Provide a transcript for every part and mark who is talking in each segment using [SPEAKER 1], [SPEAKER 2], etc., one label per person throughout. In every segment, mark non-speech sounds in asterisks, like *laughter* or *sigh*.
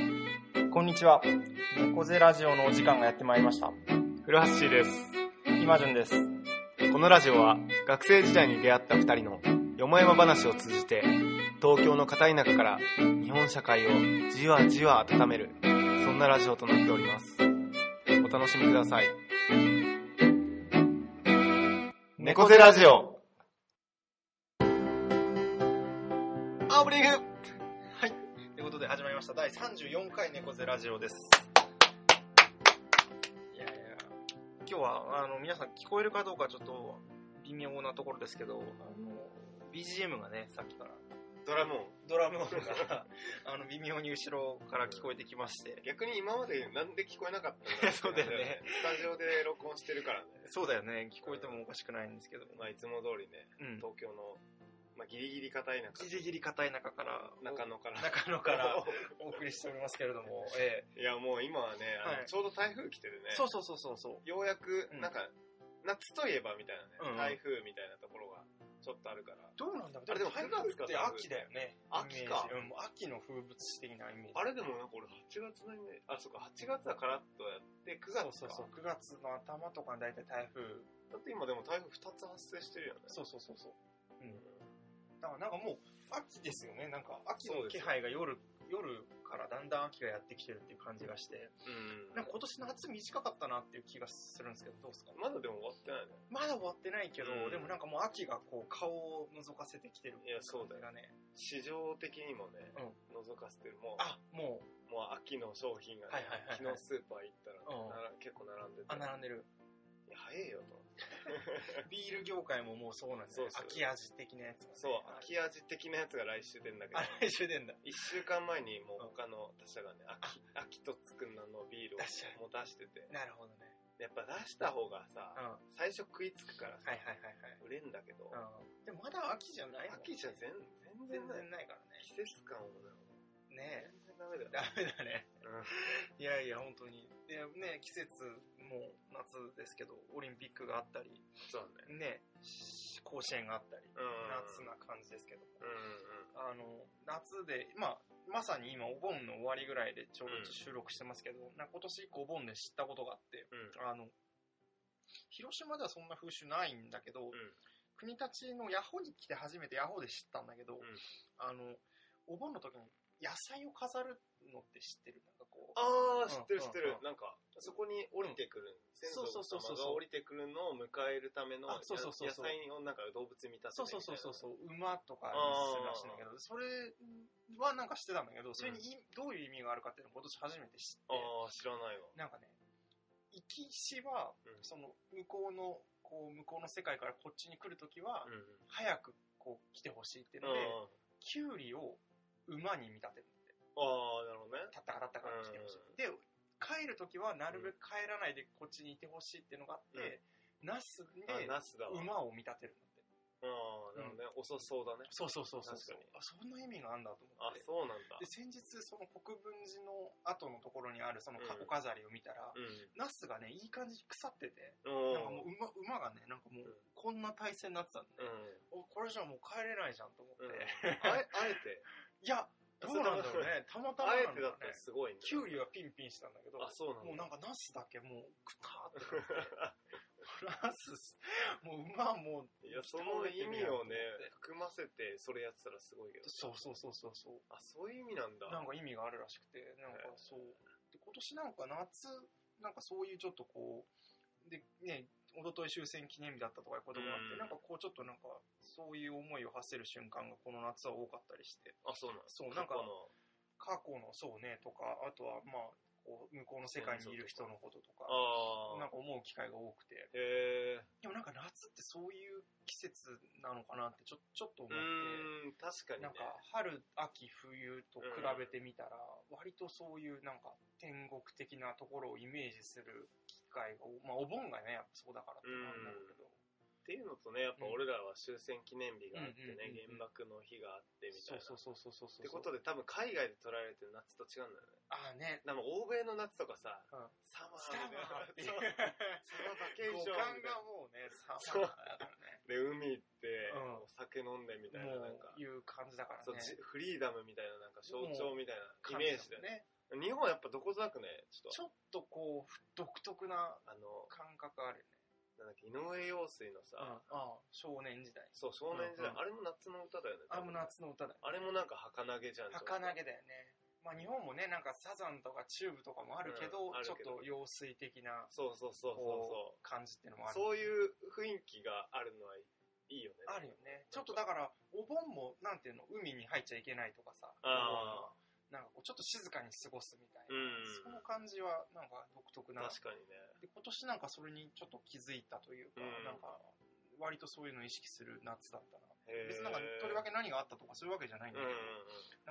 [SPEAKER 1] んにちは。猫背ラジオのお時間がやってまいりました。
[SPEAKER 2] 古橋シーです。
[SPEAKER 1] 今順です。
[SPEAKER 2] このラジオは学生時代に出会った二人のよもやま話を通じて東京の片田舎から日本社会をじわじわ温めるそんなラジオとなっております。お楽しみください。猫背ラジオオープニングはい。ということで始まりました第34回猫背ラジオです。
[SPEAKER 1] いやいや、今日は、あの、皆さん聞こえるかどうかちょっと微妙なところですけど、あの、BGM がね、さっきから、
[SPEAKER 2] ドラムを
[SPEAKER 1] ドラム音が、 *laughs* あの、微妙に後ろから聞こえてきまして。
[SPEAKER 2] 逆に今までなんで聞こえなかったんだろ
[SPEAKER 1] *laughs* そうだよね。
[SPEAKER 2] スタジオで録音してるからね。
[SPEAKER 1] そうだよね、聞こえてもおかしくないんですけど。
[SPEAKER 2] まあいつも通りね、
[SPEAKER 1] うん。
[SPEAKER 2] 東京の、まあギリギリ硬い中、
[SPEAKER 1] ギリギリ硬い中から、
[SPEAKER 2] 中野から。
[SPEAKER 1] 中野からお *laughs* 送りしておりますけれども、え
[SPEAKER 2] いやもう今はね、あの
[SPEAKER 1] はい
[SPEAKER 2] ちょうど台風来てるね
[SPEAKER 1] え。そうそうそうそうそう。
[SPEAKER 2] ようやく
[SPEAKER 1] う、ん
[SPEAKER 2] なんか、夏といえばみたいなね、
[SPEAKER 1] うんうん
[SPEAKER 2] 台風みたいなところがちょっとあるから。
[SPEAKER 1] どうなんだろう
[SPEAKER 2] あれでも
[SPEAKER 1] 台風って秋だよね。
[SPEAKER 2] 秋か
[SPEAKER 1] イメージうん、もう秋の風物詩的なイメージ。
[SPEAKER 2] あれでもなんか俺8月のイメージ、あ、そうか、8月はカラッとやって、9月か。
[SPEAKER 1] そうそうそう。9月の頭とかに大体台風。
[SPEAKER 2] だって今でも台風2つ発生してるよね。
[SPEAKER 1] そうそうそうそう。うん。だからなんかもう秋ですよね。なんか秋
[SPEAKER 2] そう
[SPEAKER 1] の
[SPEAKER 2] です
[SPEAKER 1] 気
[SPEAKER 2] よ
[SPEAKER 1] 配が夜、夜からだんだん秋がやってきてるっていう感じがして、
[SPEAKER 2] うん。
[SPEAKER 1] なんか今年の夏短かったなっていう気がするんですけど、どうですか
[SPEAKER 2] まだでも終わってないね。
[SPEAKER 1] まだ終わってないけど、
[SPEAKER 2] うん
[SPEAKER 1] でもなんかもう秋がこう顔を覗かせてきてる
[SPEAKER 2] いやそうだよ
[SPEAKER 1] 感じがね。
[SPEAKER 2] 市場的にもね、覗かせてる。もう、
[SPEAKER 1] あ、もう、
[SPEAKER 2] もう秋の商品がね、
[SPEAKER 1] はいはいはいはい
[SPEAKER 2] 昨日スーパー行ったらね、なら
[SPEAKER 1] うん
[SPEAKER 2] 結構並んでて。
[SPEAKER 1] あ、並んでる。
[SPEAKER 2] いや、早いよと思って。
[SPEAKER 1] ビール業界ももうそうなんです
[SPEAKER 2] そう
[SPEAKER 1] よ。
[SPEAKER 2] そう
[SPEAKER 1] 秋味的なやつがね、
[SPEAKER 2] そう、秋味的なやつが来週出んだけど
[SPEAKER 1] あ、、来週出んだ。
[SPEAKER 2] 一週間前にもう他の他社がね、秋、秋とつくんなのビールを
[SPEAKER 1] 出しちゃ
[SPEAKER 2] もう出してて、
[SPEAKER 1] なるほどね。
[SPEAKER 2] やっぱ出した方が
[SPEAKER 1] うん。
[SPEAKER 2] さ、
[SPEAKER 1] は
[SPEAKER 2] 最初食いつくから
[SPEAKER 1] いは
[SPEAKER 2] さ
[SPEAKER 1] い、はいはい。
[SPEAKER 2] 売れんだけど、
[SPEAKER 1] うんでもまだ秋じゃないもんね
[SPEAKER 2] 秋じゃ全全
[SPEAKER 1] 全
[SPEAKER 2] 然ない。
[SPEAKER 1] 然ないからね。
[SPEAKER 2] 季節感をね、
[SPEAKER 1] ねえ。
[SPEAKER 2] 全然ダメだよ。
[SPEAKER 1] ダメだね。
[SPEAKER 2] うん
[SPEAKER 1] いやいや、本当に。で、ね、季節、もう夏ですけど、オリンピックがあったり、
[SPEAKER 2] そうだね。
[SPEAKER 1] ね、し甲子園があったり、
[SPEAKER 2] うん。
[SPEAKER 1] 夏な感じですけど、
[SPEAKER 2] うんうん
[SPEAKER 1] あの、夏で、まあ、まさに今お盆の終わりぐらいでちょう
[SPEAKER 2] うん
[SPEAKER 1] ど収録してますけど、なんか今年以降お盆で知ったことがあって、
[SPEAKER 2] うん。うん。
[SPEAKER 1] あの、広島ではそんな風習ないんだけ
[SPEAKER 2] うん。
[SPEAKER 1] ど、国立のヤホーに来て初めてヤホーで知ったんだけど、あの、お盆の時に野菜を飾るのって知ってるなんかこう。
[SPEAKER 2] ああ、知ってる知ってる
[SPEAKER 1] うんうんう。ん
[SPEAKER 2] なんか、そこに降りてくる、先祖
[SPEAKER 1] そうそうそう
[SPEAKER 2] 様
[SPEAKER 1] そう
[SPEAKER 2] が降りてくるのを迎えるための、
[SPEAKER 1] あそうそうそう
[SPEAKER 2] 野
[SPEAKER 1] そう
[SPEAKER 2] 菜をなんか動物見立ててみたいな。
[SPEAKER 1] そうそうそうそうそう、馬とかにするらしいんだけど、それはなんか知ってたんだけど、それにいどういう意味があるかっていうのを今年初めて知って、
[SPEAKER 2] ああ、知らないわ。
[SPEAKER 1] なんかね、行きしは
[SPEAKER 2] う、ん
[SPEAKER 1] その向こうの、こう向こうの世界からこっちに来る時は
[SPEAKER 2] う、んうん。
[SPEAKER 1] 早くこう来てほしいってい
[SPEAKER 2] う
[SPEAKER 1] うの
[SPEAKER 2] ん
[SPEAKER 1] で、キュウリを馬に見立てる。
[SPEAKER 2] ああ、なるほどね。
[SPEAKER 1] たったからたったから来てほしい
[SPEAKER 2] うん。
[SPEAKER 1] で、帰るときはなるべく帰らないでこっちにいてほしいっていうのがあって、ナスで
[SPEAKER 2] あ、ナスだわ。あ
[SPEAKER 1] 馬を見立てるんだって。
[SPEAKER 2] あー、なるほどね。遅そうだね。
[SPEAKER 1] そうそうそうそう
[SPEAKER 2] 確かに
[SPEAKER 1] あ。そんな意味があるんだと思
[SPEAKER 2] あ
[SPEAKER 1] って、。
[SPEAKER 2] そうなんだ
[SPEAKER 1] で、。先日、その国分寺の後のところにあるそのか
[SPEAKER 2] うん
[SPEAKER 1] お飾りを見たら、
[SPEAKER 2] うん。
[SPEAKER 1] ナスがね、いい感じに腐ってて、
[SPEAKER 2] お
[SPEAKER 1] なん
[SPEAKER 2] ー
[SPEAKER 1] かもう馬馬がね、なんかも
[SPEAKER 2] うん
[SPEAKER 1] うこんな体勢になってたん
[SPEAKER 2] う
[SPEAKER 1] で、
[SPEAKER 2] ん。
[SPEAKER 1] おこれじゃもう帰れないじゃんと思って。
[SPEAKER 2] うん
[SPEAKER 1] い
[SPEAKER 2] あえ、あえて、
[SPEAKER 1] や、どうなんだろうね。たまたま
[SPEAKER 2] あえ
[SPEAKER 1] なん
[SPEAKER 2] てだ
[SPEAKER 1] だろ
[SPEAKER 2] っ
[SPEAKER 1] う
[SPEAKER 2] た
[SPEAKER 1] ね
[SPEAKER 2] ら。すごいね。
[SPEAKER 1] キュウリはピンピンしたんだけど、
[SPEAKER 2] あ、そうなんだ。
[SPEAKER 1] もうなんかナスだけもうくたーってナスもう馬もう
[SPEAKER 2] *laughs* いや、その意味をね、含ませて、それやってたらすごいけど。
[SPEAKER 1] そうそうそうそうそう
[SPEAKER 2] あ、そういう意味なんだ。
[SPEAKER 1] なんか意味があるらしくてなんかそうで今年なんか夏なんかそういうちょっとこうでね一昨日終戦記念日だったとかいうこともあって、
[SPEAKER 2] うん
[SPEAKER 1] なんかこうちょっとなんかそういう思いを発せる瞬間がこの夏は多かったりして
[SPEAKER 2] あ、そうなんだ。
[SPEAKER 1] そうなん
[SPEAKER 2] 過
[SPEAKER 1] か
[SPEAKER 2] 去の
[SPEAKER 1] 過去のそうねとかあとはまあこう向こうの世界にいる人のこととか
[SPEAKER 2] あ
[SPEAKER 1] なん
[SPEAKER 2] あ。
[SPEAKER 1] か思う機会が多くて
[SPEAKER 2] へえ。
[SPEAKER 1] でもなんか夏ってそういう季節なのかなってちょちょっと思
[SPEAKER 2] う
[SPEAKER 1] って、
[SPEAKER 2] ーん、確かにね。
[SPEAKER 1] なんか春、秋、冬と比べてみたら、割とそういうなんか天国的なところをイメージする機会が、まあお盆がね、やっぱそうだからってのもあるんだろうけど、
[SPEAKER 2] っていうのとね、やっぱ俺らは終戦記念日があって
[SPEAKER 1] うんうん
[SPEAKER 2] ね、
[SPEAKER 1] うんう
[SPEAKER 2] 原
[SPEAKER 1] ん
[SPEAKER 2] 爆の日があってみた
[SPEAKER 1] そ
[SPEAKER 2] いうな。
[SPEAKER 1] そうそうそうそうそう。
[SPEAKER 2] ってことで多分海外で捉えられてる夏と違うんだよね。
[SPEAKER 1] ああね、
[SPEAKER 2] でも欧米の夏とかさ、
[SPEAKER 1] うん
[SPEAKER 2] サマ
[SPEAKER 1] サマ
[SPEAKER 2] ー
[SPEAKER 1] ー
[SPEAKER 2] み
[SPEAKER 1] っ
[SPEAKER 2] た
[SPEAKER 1] てい
[SPEAKER 2] いうな。 *laughs* そうサマーバケー
[SPEAKER 1] 五
[SPEAKER 2] ション
[SPEAKER 1] 感
[SPEAKER 2] みたい
[SPEAKER 1] がもうね、サマーだからね。
[SPEAKER 2] な。で、海行って
[SPEAKER 1] うん、
[SPEAKER 2] お酒飲んでみたいな、なん
[SPEAKER 1] も
[SPEAKER 2] か
[SPEAKER 1] う、いう感じだから
[SPEAKER 2] そう
[SPEAKER 1] ね。
[SPEAKER 2] じフリーダムみたいな、なんか象徴みたいなイメージだよね。
[SPEAKER 1] ね。
[SPEAKER 2] 日本はやっぱどこざくね、ちょっ
[SPEAKER 1] ちょっとこう、独特な
[SPEAKER 2] と、あの、
[SPEAKER 1] 感覚あるよね。
[SPEAKER 2] なんだっけ、井上陽水のさ、
[SPEAKER 1] ああ、少年時代。
[SPEAKER 2] そう、少年時代、
[SPEAKER 1] うんうん
[SPEAKER 2] あれも夏の歌だよね。
[SPEAKER 1] あれも夏の歌だよ。
[SPEAKER 2] あれもなんか儚げじゃん。
[SPEAKER 1] 儚げだよね。まあ日本もね、なんかサザンとかチューブとかもあるけ
[SPEAKER 2] う
[SPEAKER 1] ど、
[SPEAKER 2] んある
[SPEAKER 1] ちょっ
[SPEAKER 2] けど
[SPEAKER 1] と用水的な
[SPEAKER 2] そうそうそう
[SPEAKER 1] こ
[SPEAKER 2] そう
[SPEAKER 1] 感じっていうのも
[SPEAKER 2] う
[SPEAKER 1] ある。
[SPEAKER 2] そう。そういう雰囲気があるのはいいよね。
[SPEAKER 1] あるよね。ちょっとだから、お盆も、なんていうの、海に入っちゃいけないとかさ、
[SPEAKER 2] あ
[SPEAKER 1] なんかこう、ちょっと静かに過ごすみたいな
[SPEAKER 2] う、
[SPEAKER 1] その
[SPEAKER 2] ん。
[SPEAKER 1] 感じは、なんか独特な。
[SPEAKER 2] 確かにね。
[SPEAKER 1] で、今年なんかそれにちょっと気づいたというか、
[SPEAKER 2] うん
[SPEAKER 1] なんか、割とそういうの意識する夏だったな。
[SPEAKER 2] へー
[SPEAKER 1] 別になんか、とりわけ何があったとかそういうわけじゃないん
[SPEAKER 2] う
[SPEAKER 1] だ
[SPEAKER 2] ん
[SPEAKER 1] け
[SPEAKER 2] う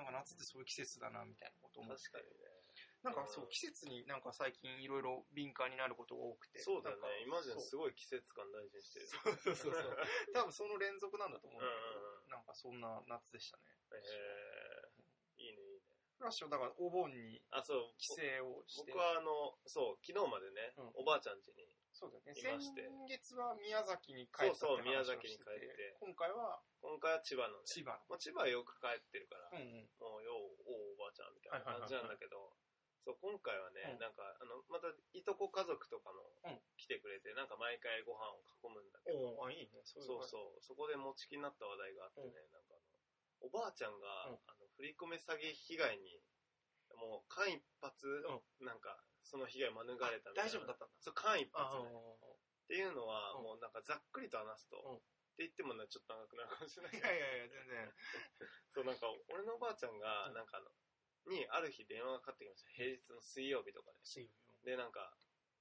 [SPEAKER 1] ど、
[SPEAKER 2] ん
[SPEAKER 1] なんか夏ってそういう季節だな、みたいなことを
[SPEAKER 2] うん。
[SPEAKER 1] 思って
[SPEAKER 2] 確かにね。
[SPEAKER 1] なんかそう、季節になんか最近いろいろ敏感になることが多くて。
[SPEAKER 2] そうだよ
[SPEAKER 1] なんか
[SPEAKER 2] ね。今じゃす
[SPEAKER 1] そう
[SPEAKER 2] ごい季節感大事にしてる。
[SPEAKER 1] そうそうそうそう。多分その連続なんだと思うん
[SPEAKER 2] う
[SPEAKER 1] だ
[SPEAKER 2] んうんう
[SPEAKER 1] けど、なんかそんな夏でしたね。
[SPEAKER 2] へえいいね、いいね。
[SPEAKER 1] フラッシュはだからお盆に
[SPEAKER 2] あ、そう。
[SPEAKER 1] 帰省をして。
[SPEAKER 2] 僕はあの、そう、昨日までね、
[SPEAKER 1] うん
[SPEAKER 2] おばあちゃん家に、
[SPEAKER 1] そうだよね。
[SPEAKER 2] いまし
[SPEAKER 1] 先
[SPEAKER 2] て
[SPEAKER 1] 月は宮崎に帰ったって話
[SPEAKER 2] そうそう宮
[SPEAKER 1] を
[SPEAKER 2] 崎に
[SPEAKER 1] して
[SPEAKER 2] 帰って
[SPEAKER 1] 今回は
[SPEAKER 2] 今回は千葉のね、
[SPEAKER 1] 千葉。
[SPEAKER 2] まあ、千葉はよく帰ってるから、
[SPEAKER 1] うんうん。
[SPEAKER 2] もうよう、おうおばあちゃんみたいな感じなんだけど、そう、今回はね、
[SPEAKER 1] うん
[SPEAKER 2] なんか、あの、また、いとこ家族とか
[SPEAKER 1] うん
[SPEAKER 2] も来てくれて、なんか毎回ご飯を囲むんだけど、
[SPEAKER 1] おおあ、いいね。そういう
[SPEAKER 2] そう
[SPEAKER 1] う。
[SPEAKER 2] そう、そこで持ち気になった話題があってね、
[SPEAKER 1] うん
[SPEAKER 2] なんかあの、おばあちゃんが、
[SPEAKER 1] うん
[SPEAKER 2] あの、振り込め詐欺被害に、もう間一髪、なんか、その被害免れたみたいな。
[SPEAKER 1] 大丈夫だったんだ。
[SPEAKER 2] そう、間一
[SPEAKER 1] あ
[SPEAKER 2] 髪、ね。っていうのは、
[SPEAKER 1] うん
[SPEAKER 2] もうなんかざっくりと話すと、
[SPEAKER 1] うん
[SPEAKER 2] って言ってもね、ちょっと長くなるかもしれない
[SPEAKER 1] い
[SPEAKER 2] けど
[SPEAKER 1] やいやいや、
[SPEAKER 2] そう、
[SPEAKER 1] 全然。
[SPEAKER 2] なんか、俺のおばあちゃんが
[SPEAKER 1] う、ん
[SPEAKER 2] なんかあの、に、ある日電話がかかってきました。平日の水曜日とかで。で、なんか、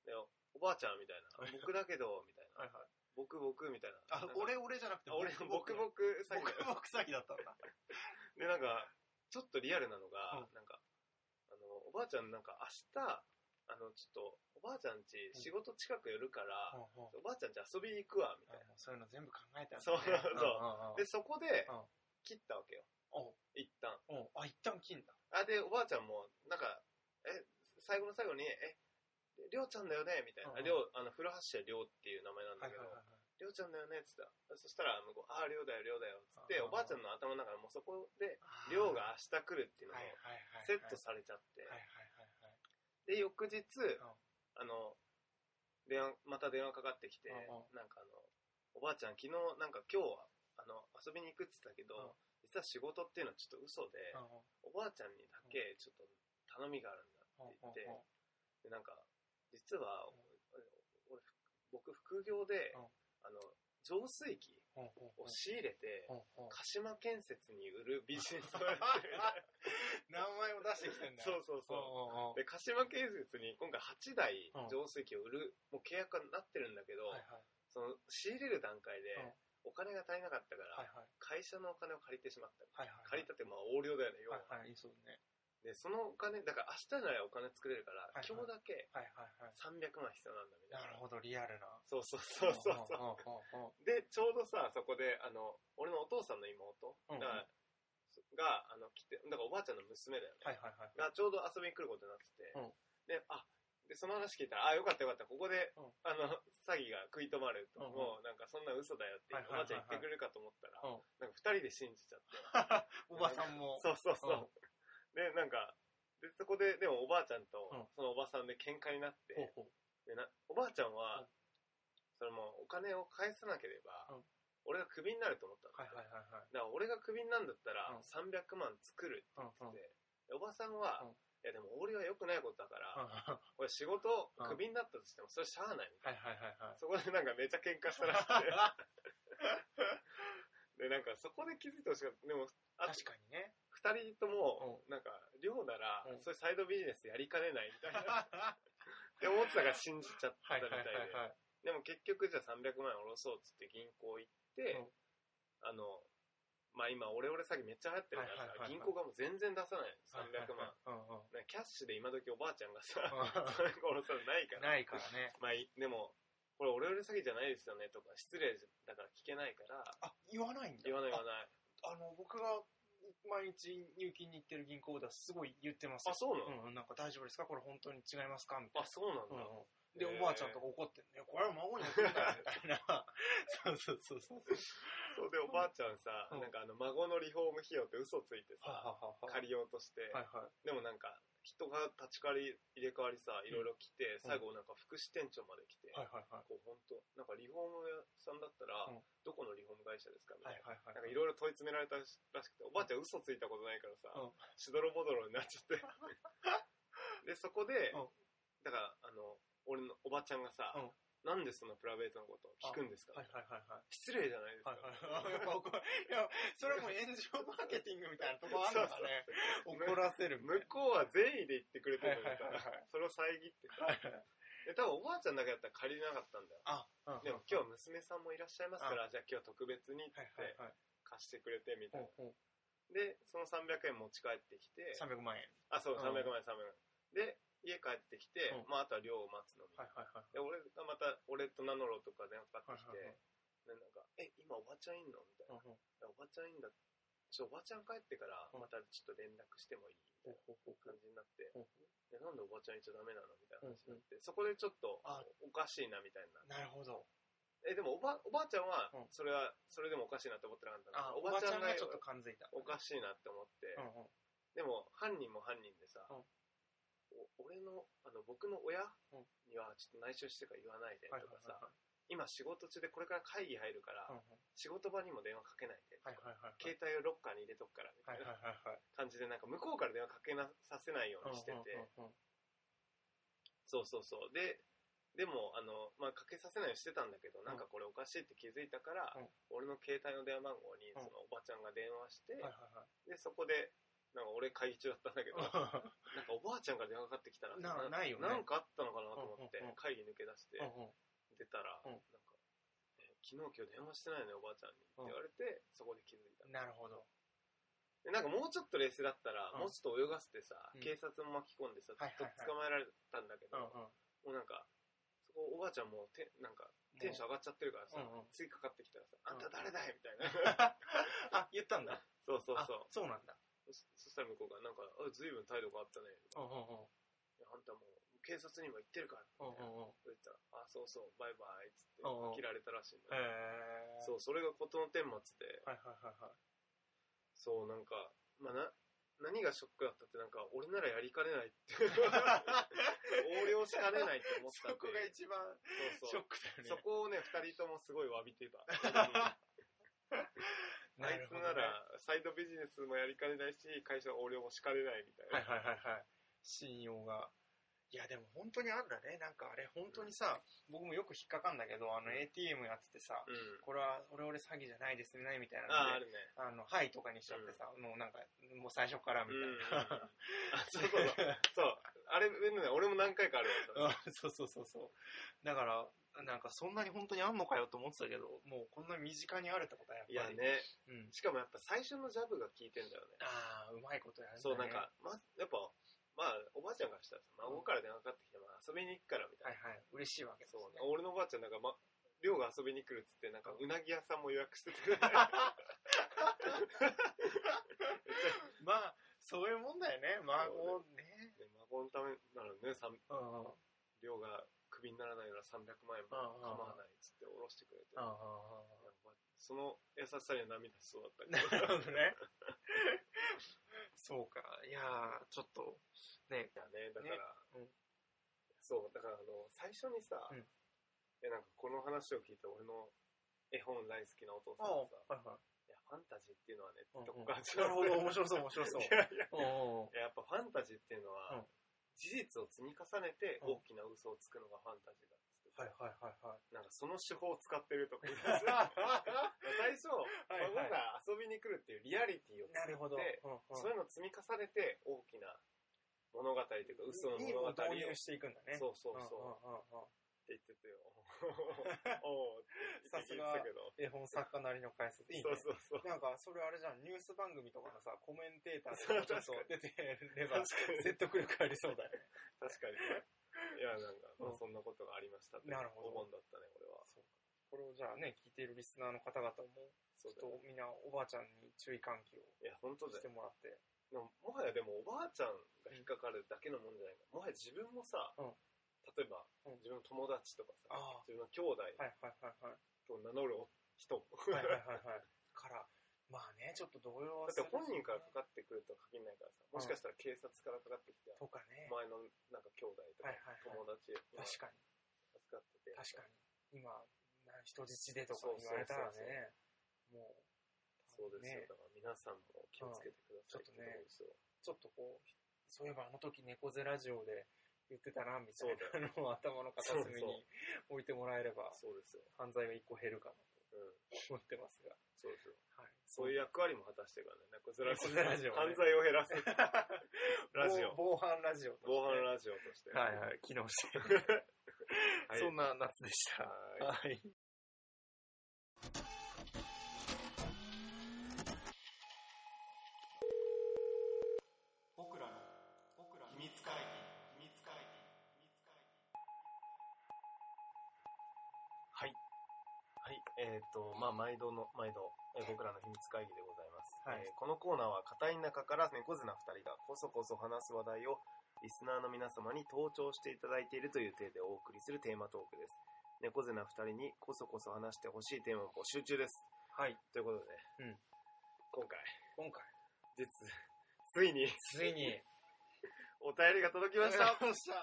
[SPEAKER 2] でおばあちゃんみたいな。僕だけど、みたいな。
[SPEAKER 1] はいはい。
[SPEAKER 2] 僕、僕、みたいな。
[SPEAKER 1] あ
[SPEAKER 2] なん、か
[SPEAKER 1] 俺、俺じゃなくて、
[SPEAKER 2] あ俺、僕、
[SPEAKER 1] 僕、
[SPEAKER 2] 僕、詐欺だよ。
[SPEAKER 1] 僕詐欺だったんだ。
[SPEAKER 2] で、なんか、ちょっとリアルなのが
[SPEAKER 1] う、
[SPEAKER 2] なんか、あの、おばあちゃん、なんか明日、あの、ちょっと、おばあちゃんち、仕事近く寄るから、
[SPEAKER 1] うんうん
[SPEAKER 2] おばあちゃんち遊びに行くわ、みたいな。
[SPEAKER 1] そういうの全部考えたんだね
[SPEAKER 2] そうそう
[SPEAKER 1] うんうんうん
[SPEAKER 2] で、そこで
[SPEAKER 1] うん、
[SPEAKER 2] 切ったわけよ。
[SPEAKER 1] お
[SPEAKER 2] 一旦。
[SPEAKER 1] おあ、一旦金だ。
[SPEAKER 2] あ、で、おばあちゃんも、なんか、え、最後の最後に、え、りょうちゃんだよねみたい
[SPEAKER 1] うん
[SPEAKER 2] な。
[SPEAKER 1] うん
[SPEAKER 2] りょう、あの、古橋はりょうっていう名前なんだけど、
[SPEAKER 1] い。
[SPEAKER 2] りょうちゃんだよねっつったら。そしたら、向こう、あー、りょうだよ、りょうだよ。つって、
[SPEAKER 1] うんうん
[SPEAKER 2] おばあちゃんの頭の中でもうそこで、りょうが明日来るっていうの
[SPEAKER 1] は
[SPEAKER 2] を
[SPEAKER 1] いはいはいはい、
[SPEAKER 2] セットされちゃって、
[SPEAKER 1] はいはい
[SPEAKER 2] で、翌日、あの、電話、また電話かかってきて、
[SPEAKER 1] うんう
[SPEAKER 2] なんかあの、おばあちゃん、昨日、なんか今日は、あの、遊びに行くっつったけど、
[SPEAKER 1] うん
[SPEAKER 2] 実は仕事っていうのはちょっと嘘で、
[SPEAKER 1] はい
[SPEAKER 2] お
[SPEAKER 1] はい。
[SPEAKER 2] ばあちゃんにだけちょっと頼みがあるんだって言って、
[SPEAKER 1] うんうんうん
[SPEAKER 2] でなんか実は
[SPEAKER 1] うん
[SPEAKER 2] 俺僕副業で、
[SPEAKER 1] うん
[SPEAKER 2] あの浄水器
[SPEAKER 1] ほうほうほ
[SPEAKER 2] を仕入れて、
[SPEAKER 1] うほうほう
[SPEAKER 2] 鹿島建設に売るビジネスをやって
[SPEAKER 1] *laughs*
[SPEAKER 2] る
[SPEAKER 1] 名前を出してきてんだ
[SPEAKER 2] *laughs* そうそう
[SPEAKER 1] そう
[SPEAKER 2] そ
[SPEAKER 1] んうんうん
[SPEAKER 2] うで鹿島建設に今回8台
[SPEAKER 1] うん
[SPEAKER 2] 浄水器を売る、もう契約になってるんだけど、
[SPEAKER 1] はいはい
[SPEAKER 2] その仕入れる段階
[SPEAKER 1] うん
[SPEAKER 2] でお金が足りなかったから、
[SPEAKER 1] はいはい
[SPEAKER 2] 会社のお金を借りてしまった
[SPEAKER 1] はいはい
[SPEAKER 2] 借りたってまあ横領だよね、要は
[SPEAKER 1] はいはいそうね
[SPEAKER 2] で、そのお金、だから明日ならお金作れるから、
[SPEAKER 1] いはい
[SPEAKER 2] 今日だけ
[SPEAKER 1] はいはいはい
[SPEAKER 2] 300万必要なんだみたい
[SPEAKER 1] な
[SPEAKER 2] な。
[SPEAKER 1] るほどリアルな
[SPEAKER 2] そうそうそうそうそう。
[SPEAKER 1] うんうんうんうん
[SPEAKER 2] で、ちょうどさ、そこで、あの、俺のお父さんの妹
[SPEAKER 1] うんうん
[SPEAKER 2] が、が、あの、来て、だからおばあちゃんの娘だよね。
[SPEAKER 1] はいはいはい
[SPEAKER 2] が、ちょうど遊びに来ることになってて、
[SPEAKER 1] うん
[SPEAKER 2] で、あ、で、その話聞いたら、あ、よかったよかった、ここで、
[SPEAKER 1] うん
[SPEAKER 2] あの、詐欺が食い止まると、
[SPEAKER 1] うんうん
[SPEAKER 2] もうなんかそんな嘘だよって、
[SPEAKER 1] はいはい
[SPEAKER 2] お
[SPEAKER 1] はい
[SPEAKER 2] ば
[SPEAKER 1] は
[SPEAKER 2] あち
[SPEAKER 1] い
[SPEAKER 2] ゃん言ってくれるかと思ったら、
[SPEAKER 1] うん
[SPEAKER 2] なんか二人で信じちゃって。
[SPEAKER 1] おばさんも
[SPEAKER 2] そうそうそう。で、なんか、で、そこで、でもおばあちゃん
[SPEAKER 1] うん
[SPEAKER 2] と、そのおばさんで喧嘩になって、
[SPEAKER 1] ほうほう
[SPEAKER 2] でなおばあちゃんは、
[SPEAKER 1] うん
[SPEAKER 2] それもうお金を返さなければ、
[SPEAKER 1] うん
[SPEAKER 2] 俺がクビになると思ったんだ
[SPEAKER 1] はい
[SPEAKER 2] よ、
[SPEAKER 1] はいはいはい
[SPEAKER 2] だから俺がクビになるんだったら、
[SPEAKER 1] うん
[SPEAKER 2] 300万作る
[SPEAKER 1] うん
[SPEAKER 2] って言っ
[SPEAKER 1] うん
[SPEAKER 2] て、でおばさんは、
[SPEAKER 1] うん
[SPEAKER 2] いやでも俺は良くないことだから、
[SPEAKER 1] は
[SPEAKER 2] これ仕事
[SPEAKER 1] うん
[SPEAKER 2] クビになったとしてもそれしゃあないみ
[SPEAKER 1] い
[SPEAKER 2] た
[SPEAKER 1] は
[SPEAKER 2] い
[SPEAKER 1] いはいは
[SPEAKER 2] な、
[SPEAKER 1] い
[SPEAKER 2] そこでなんかめちゃ喧嘩したらし
[SPEAKER 1] *laughs*
[SPEAKER 2] くてでなんかそこで気づいてほしかったでもあ
[SPEAKER 1] 確かにね
[SPEAKER 2] 2人とも、なんか寮なら、
[SPEAKER 1] うん
[SPEAKER 2] そういうサイドビジネスやりかねないみたいな
[SPEAKER 1] *laughs*
[SPEAKER 2] って思ってたから信じちゃった
[SPEAKER 1] はい
[SPEAKER 2] み
[SPEAKER 1] はい
[SPEAKER 2] たいで、
[SPEAKER 1] はいはい
[SPEAKER 2] でも結局じゃあ300万円下ろそうっつって銀行行って、
[SPEAKER 1] うん
[SPEAKER 2] あの、まあ今オレオレ詐欺めっちゃ流行ってるからさ、
[SPEAKER 1] はいはいはいはい
[SPEAKER 2] 銀行がもう全然出さない。300万。
[SPEAKER 1] はいはいはい
[SPEAKER 2] なんかキャッシュで今時おばあちゃんがさ、 *laughs*
[SPEAKER 1] うん
[SPEAKER 2] 300円下ろさないか
[SPEAKER 1] うん
[SPEAKER 2] ら。
[SPEAKER 1] ないからね
[SPEAKER 2] まあいでも、これオレオレ詐欺じゃないですよねとか、失礼だから聞けないから、
[SPEAKER 1] あ言わないんだ
[SPEAKER 2] 言わない言わない。
[SPEAKER 1] あの、僕が毎日入金に行ってる銀行ではすごい言ってますよ
[SPEAKER 2] あ、そうなの、
[SPEAKER 1] うん、なんか大丈夫ですかこれ本当に違いますかみたい
[SPEAKER 2] あ、そうなんだ。
[SPEAKER 1] な。
[SPEAKER 2] へ
[SPEAKER 1] うん、で、
[SPEAKER 2] え
[SPEAKER 1] おばあちゃんとか怒ってんね。これは孫に送るんだよ、みたいな。そうそうそうそう。
[SPEAKER 2] そうでおばあちゃんさ、
[SPEAKER 1] うん
[SPEAKER 2] なんかあの孫のリフォーム費用って嘘ついてさ、借りようとして、
[SPEAKER 1] はいは
[SPEAKER 2] でもなんか人が立ち替わり入れ替わりさいろいろ来て、最後なんか副支店長まで来て、
[SPEAKER 1] い。はいはいはい。
[SPEAKER 2] こう本当なんかリフォーム屋さんだったら、
[SPEAKER 1] うん
[SPEAKER 2] どこのリフォーム会社ですかみた
[SPEAKER 1] はいい
[SPEAKER 2] な。
[SPEAKER 1] はいはい。
[SPEAKER 2] なんかいろいろ問い詰められたらしくて、おばあちゃん嘘ついたことないからさ、
[SPEAKER 1] うん
[SPEAKER 2] しどろもどろになっちゃっ
[SPEAKER 1] *laughs*
[SPEAKER 2] て。で、そこで、
[SPEAKER 1] うん
[SPEAKER 2] だから、あの、俺のおばちゃんがさ、
[SPEAKER 1] うん
[SPEAKER 2] なんでそんなプライベートのことを聞くんですか、
[SPEAKER 1] はいはいはいはい。
[SPEAKER 2] 失礼じゃないですか、
[SPEAKER 1] はいはいはい。やっぱ怒るいや、それも炎上マーケティングみたいなとこあるのかね。
[SPEAKER 2] そう
[SPEAKER 1] 怒らせるみたい
[SPEAKER 2] 向こうは善意で言ってくれてるのにさ
[SPEAKER 1] はいはいはいはい、
[SPEAKER 2] それを遮ってさ、
[SPEAKER 1] な。はいはい。
[SPEAKER 2] で多分おばあちゃんだけだったら借りれなかったんだよ。
[SPEAKER 1] あ、うん。
[SPEAKER 2] でも今日は娘さんもいらっしゃいますから、じゃあ今日は特別にっ
[SPEAKER 1] はい
[SPEAKER 2] て
[SPEAKER 1] はいはい。
[SPEAKER 2] 貸してくれてみたいな。
[SPEAKER 1] ほうほう
[SPEAKER 2] で、その300円持ち帰ってきて、
[SPEAKER 1] 300万円。
[SPEAKER 2] あ、そう、
[SPEAKER 1] うん
[SPEAKER 2] 300万円、300万円。で、家帰ってきて、
[SPEAKER 1] うん
[SPEAKER 2] まあ、あとは寮を待つのみ。
[SPEAKER 1] はいはいはい。
[SPEAKER 2] で、俺がまた、俺と名乗ろうとか電話かかってきて、で
[SPEAKER 1] はいはいは
[SPEAKER 2] なんか、え、今おばちゃんいんのみたいな。い
[SPEAKER 1] ほうほ
[SPEAKER 2] やおば
[SPEAKER 1] う
[SPEAKER 2] ちゃんいんだ。ちょ、おばちゃん帰ってから、
[SPEAKER 1] うん
[SPEAKER 2] またちょっと連絡してもいいみたいな
[SPEAKER 1] ほうほうほ
[SPEAKER 2] 感じになって、
[SPEAKER 1] う
[SPEAKER 2] で
[SPEAKER 1] ほ
[SPEAKER 2] なんでおばちゃんいちゃダメなのみたいな話にな
[SPEAKER 1] う
[SPEAKER 2] っ
[SPEAKER 1] ん
[SPEAKER 2] て、そこでちょっと
[SPEAKER 1] あ、
[SPEAKER 2] おかしいなみたいになって
[SPEAKER 1] う。なるほど。
[SPEAKER 2] え、でもおば、おばあちゃんは
[SPEAKER 1] うん、
[SPEAKER 2] それは、それでもおかしいなって思ってなかったんだ
[SPEAKER 1] あ、
[SPEAKER 2] けど
[SPEAKER 1] おばちゃんがちょっと感づいた。
[SPEAKER 2] おかしいなって思って、
[SPEAKER 1] うんうん。
[SPEAKER 2] でも犯人も犯人でさ、
[SPEAKER 1] うん
[SPEAKER 2] お俺のあの僕の親
[SPEAKER 1] うん
[SPEAKER 2] にはちょっと内緒してから言わないで
[SPEAKER 1] はいはい
[SPEAKER 2] とかさ、
[SPEAKER 1] はい
[SPEAKER 2] 今仕事中でこれから会議入るから、
[SPEAKER 1] はい。
[SPEAKER 2] 仕事場にも電話かけないでとか、
[SPEAKER 1] はいはいはいはい。
[SPEAKER 2] 携帯をロッカーに入れとくからみた
[SPEAKER 1] はい
[SPEAKER 2] い
[SPEAKER 1] はい
[SPEAKER 2] な
[SPEAKER 1] はいはい。
[SPEAKER 2] 感じでなんか向こうから電話かけなさせないようにしてて、
[SPEAKER 1] うんうんうんうん
[SPEAKER 2] そうそうそうででもあの、まあ、かけさせないようにしてたんだけど、なんかこれおかしいって気づいたから、
[SPEAKER 1] うん
[SPEAKER 2] 俺の携帯の電話番号に
[SPEAKER 1] う
[SPEAKER 2] そ
[SPEAKER 1] ん
[SPEAKER 2] のおばちゃんが電話して、
[SPEAKER 1] はいは
[SPEAKER 2] でそこでなんか俺会議中だったんだけど
[SPEAKER 1] いはい。
[SPEAKER 2] なんかおばあちゃんから電話かかってきたら
[SPEAKER 1] なないよね
[SPEAKER 2] なんかあったのかなと思って
[SPEAKER 1] うんうんうん
[SPEAKER 2] 会議抜け出して
[SPEAKER 1] うんうん
[SPEAKER 2] 出たら、な
[SPEAKER 1] うん
[SPEAKER 2] んか、えー昨日今日電話してないよねおばあちゃんに」って言われて、そこで気づいた
[SPEAKER 1] なるほど。
[SPEAKER 2] でなんかもうちょっと冷静だったら、
[SPEAKER 1] うん
[SPEAKER 2] もうちょっと泳がせてさ、
[SPEAKER 1] うん
[SPEAKER 2] 警察も巻き込んでさ、
[SPEAKER 1] はいはいは
[SPEAKER 2] ずっ
[SPEAKER 1] い
[SPEAKER 2] と捕まえられたんだけ
[SPEAKER 1] う
[SPEAKER 2] ど、
[SPEAKER 1] ん
[SPEAKER 2] もう
[SPEAKER 1] うん。
[SPEAKER 2] なんかそこおばあちゃんもてなんかテンション上がっちゃってるからさ、
[SPEAKER 1] うんうん
[SPEAKER 2] 次かかってきたらさ「あ
[SPEAKER 1] うん
[SPEAKER 2] んた誰だい?」みたいな
[SPEAKER 1] *laughs* あ、言ったんだ。
[SPEAKER 2] そうそう
[SPEAKER 1] あ
[SPEAKER 2] そう
[SPEAKER 1] そうなんだ。
[SPEAKER 2] そそしたら向こうが「なんかあ随分態度変わったね」
[SPEAKER 1] うんうん
[SPEAKER 2] いやあんたもう警察にも行ってるから」みたいな
[SPEAKER 1] うん。うんうんうん。
[SPEAKER 2] 言ったら、あ、そうそう、バイバイ、つって
[SPEAKER 1] うんうん、
[SPEAKER 2] 切られたらしいんだよ、
[SPEAKER 1] へー
[SPEAKER 2] そう、それが事の顛末で、
[SPEAKER 1] はいはいはいはい。
[SPEAKER 2] そう、なんか、まあ、な、何がショックだったって、なんか、俺ならやりかねない
[SPEAKER 1] *laughs*
[SPEAKER 2] って、横領しかねないって思ったっていう。
[SPEAKER 1] 一番
[SPEAKER 2] そう
[SPEAKER 1] シ
[SPEAKER 2] そ
[SPEAKER 1] ョッ
[SPEAKER 2] う。
[SPEAKER 1] クだ
[SPEAKER 2] そ
[SPEAKER 1] よね。
[SPEAKER 2] こをね、二人ともすごい詫びて
[SPEAKER 1] *laughs*
[SPEAKER 2] た。あいつな
[SPEAKER 1] は
[SPEAKER 2] ら、サイドビジネスもやりかねないし、会社は横領もしかねないみたい
[SPEAKER 1] いはい
[SPEAKER 2] な。
[SPEAKER 1] はいはい。信用が。いやでも本当にあんだね。なんかあれ本当にさ、僕もよく引っかかんだけど、あの ATM やっててさ、
[SPEAKER 2] うん。
[SPEAKER 1] これはオレオレ詐欺じゃないですね、みたいなので。
[SPEAKER 2] ああ、あるね。
[SPEAKER 1] あの、はいとかにしちゃってさ、もうなんか、もう最初から
[SPEAKER 2] う
[SPEAKER 1] み
[SPEAKER 2] ん。
[SPEAKER 1] たいな。
[SPEAKER 2] あ、そうそうそう。そう。あれ、ね俺も何回かあるわそれ
[SPEAKER 1] あ *laughs* そうそうそうそう。だから、なんかそんなに本当にあんのかよと思ってたけど、もうこんな身近にあるってことはやっ
[SPEAKER 2] いや
[SPEAKER 1] ぱり。
[SPEAKER 2] ね。
[SPEAKER 1] うん。
[SPEAKER 2] しかもやっぱ最初のジャブが効いてんだよね。
[SPEAKER 1] ああ、うまいことやるね。
[SPEAKER 2] そう、なんか、ま、やっぱ、まあ、おばあちゃんからしたらさ、孫から電話かかってきて、まあ、遊びに行くからみた
[SPEAKER 1] はいいはい。嬉しいわ
[SPEAKER 2] な。
[SPEAKER 1] けですね。
[SPEAKER 2] そう、俺のおばあちゃんなんか、ま、寮が遊びに来るっつって、なんか、うなぎ屋さんも予約してて
[SPEAKER 1] *laughs*
[SPEAKER 2] くれた。
[SPEAKER 1] まあ、そういうもんだよね。孫ね。
[SPEAKER 2] で孫のためならね、さん
[SPEAKER 1] うんうん。うんうん
[SPEAKER 2] 寮がクビにならないなら300万円も構わないっつって、おろしてくれて。なんかその優しさには涙しそうだ *laughs*
[SPEAKER 1] な
[SPEAKER 2] ったけど。
[SPEAKER 1] る *laughs* ほどね。そうか。いやー、ちょっと、ね。
[SPEAKER 2] だね、だから、
[SPEAKER 1] うん
[SPEAKER 2] そう、だからあの、最初にさ、
[SPEAKER 1] うん
[SPEAKER 2] えなんかこの話を聞いた俺の絵本大好きなお父さんがさ、
[SPEAKER 1] はいはい
[SPEAKER 2] や、ファンタジーっていうのはね、
[SPEAKER 1] い。
[SPEAKER 2] どこから
[SPEAKER 1] なるほど、面
[SPEAKER 2] い。
[SPEAKER 1] 白そう、面白そう
[SPEAKER 2] *laughs* い。やいや
[SPEAKER 1] おお
[SPEAKER 2] いややっぱファンタジーっていうのは、
[SPEAKER 1] うん
[SPEAKER 2] 事実を積み重ねて
[SPEAKER 1] うん
[SPEAKER 2] 大きな嘘をつくのがファンタジーだっつって、
[SPEAKER 1] はいはいはいはい。
[SPEAKER 2] なんかその手法を使ってる
[SPEAKER 1] *laughs*
[SPEAKER 2] とか言って
[SPEAKER 1] な
[SPEAKER 2] 最初、
[SPEAKER 1] いはい
[SPEAKER 2] 孫が遊びに来るっていうリアリティを
[SPEAKER 1] る
[SPEAKER 2] 作
[SPEAKER 1] ほ
[SPEAKER 2] っ
[SPEAKER 1] ど。
[SPEAKER 2] て、そういうのを積み重ねて大きな物語というか嘘の
[SPEAKER 1] いい
[SPEAKER 2] 物語
[SPEAKER 1] の
[SPEAKER 2] を
[SPEAKER 1] を導入していくんだね。
[SPEAKER 2] そうそうそう。
[SPEAKER 1] うんうんうんうん
[SPEAKER 2] って言ってたよ。 *laughs* おーって言ってたけど。
[SPEAKER 1] 絵本作家なりの解説。いいね。
[SPEAKER 2] そうそうそう。
[SPEAKER 1] なんか、それあれじゃん、ニュース番組とかのさ、コメンテーターとかちょっと出てれば、説得力ありそうだよね。
[SPEAKER 2] 確かにね。いや、なんか、ま
[SPEAKER 1] う
[SPEAKER 2] あ、
[SPEAKER 1] ん
[SPEAKER 2] そんなことがありましたって
[SPEAKER 1] なるほど
[SPEAKER 2] お盆だったね、俺は。
[SPEAKER 1] そうかこれをじゃあね、聞いているリスナーの方々も、
[SPEAKER 2] そう
[SPEAKER 1] ちょっ
[SPEAKER 2] だよ
[SPEAKER 1] とみんなおばあちゃんに注意喚起を
[SPEAKER 2] いや、本当だ
[SPEAKER 1] して
[SPEAKER 2] よ。
[SPEAKER 1] もらって。
[SPEAKER 2] でももはやでも、おばあちゃんが引っかかるだけのもんじゃないか。もはや自分もさ、
[SPEAKER 1] うん
[SPEAKER 2] 例えば
[SPEAKER 1] うん、
[SPEAKER 2] 自分の友達とかさ
[SPEAKER 1] ああ、
[SPEAKER 2] 自分の兄弟
[SPEAKER 1] はいはいはいはい。
[SPEAKER 2] と名乗る人。
[SPEAKER 1] はいはいはい
[SPEAKER 2] *laughs* だ
[SPEAKER 1] はい。から、まあね、ちょっと動揺は
[SPEAKER 2] って本人からかかってくるとは限らないからさ、もしかしたら警察からかかってきて、
[SPEAKER 1] とかね
[SPEAKER 2] お、前のなんか兄弟とか
[SPEAKER 1] はいはいはい
[SPEAKER 2] 友達に
[SPEAKER 1] 確か
[SPEAKER 2] 助かってて
[SPEAKER 1] に、。確かに。今、な人質でとか言われたら
[SPEAKER 2] そうそう
[SPEAKER 1] ね、もう、
[SPEAKER 2] そうですよ。
[SPEAKER 1] ね
[SPEAKER 2] だから皆さんも気をつけてください
[SPEAKER 1] うんちょっとね
[SPEAKER 2] てことですよ。
[SPEAKER 1] ちょっとこう、そういえばあの時猫背ラジオで言ってたな、みた
[SPEAKER 2] そ
[SPEAKER 1] い
[SPEAKER 2] う
[SPEAKER 1] なのを頭の片隅
[SPEAKER 2] そう
[SPEAKER 1] に置いてもらえれば、
[SPEAKER 2] そうですよ。
[SPEAKER 1] 犯罪は一個減るかな
[SPEAKER 2] うん。
[SPEAKER 1] と思ってますが。
[SPEAKER 2] そうですよ。
[SPEAKER 1] はい。
[SPEAKER 2] そういう役割も果たしてるからね。猫背ラジオ。
[SPEAKER 1] 猫背ラジオね
[SPEAKER 2] 犯罪を減らす。
[SPEAKER 1] *laughs*
[SPEAKER 2] *laughs* ラジオ。
[SPEAKER 1] 防防犯ラジオとして。
[SPEAKER 2] 防犯ラジオとして。
[SPEAKER 1] はいはい、機能してる。
[SPEAKER 2] はい
[SPEAKER 1] そんな夏でした。
[SPEAKER 2] はい
[SPEAKER 1] はい。僕らの、僕らの
[SPEAKER 2] 密会議、秘密会議、秘密会議。はい。はい。えっ、と、まあ、毎度の、毎度、えー僕らの秘密会議でございます。
[SPEAKER 1] はい
[SPEAKER 2] えーこのコーナーは、片い中から猫背な二人が、こそこそ話す話題を、リスナーの皆様に登聴していただいているという体でお送りするテーマトークです。猫背な二人に、こそこそ話してほしいテーマを募集中です。
[SPEAKER 1] はい。
[SPEAKER 2] ということで、
[SPEAKER 1] うん
[SPEAKER 2] 今回、
[SPEAKER 1] 今回、
[SPEAKER 2] 実、ついに、
[SPEAKER 1] ついに、
[SPEAKER 2] お便りが届きました。
[SPEAKER 1] よっしゃ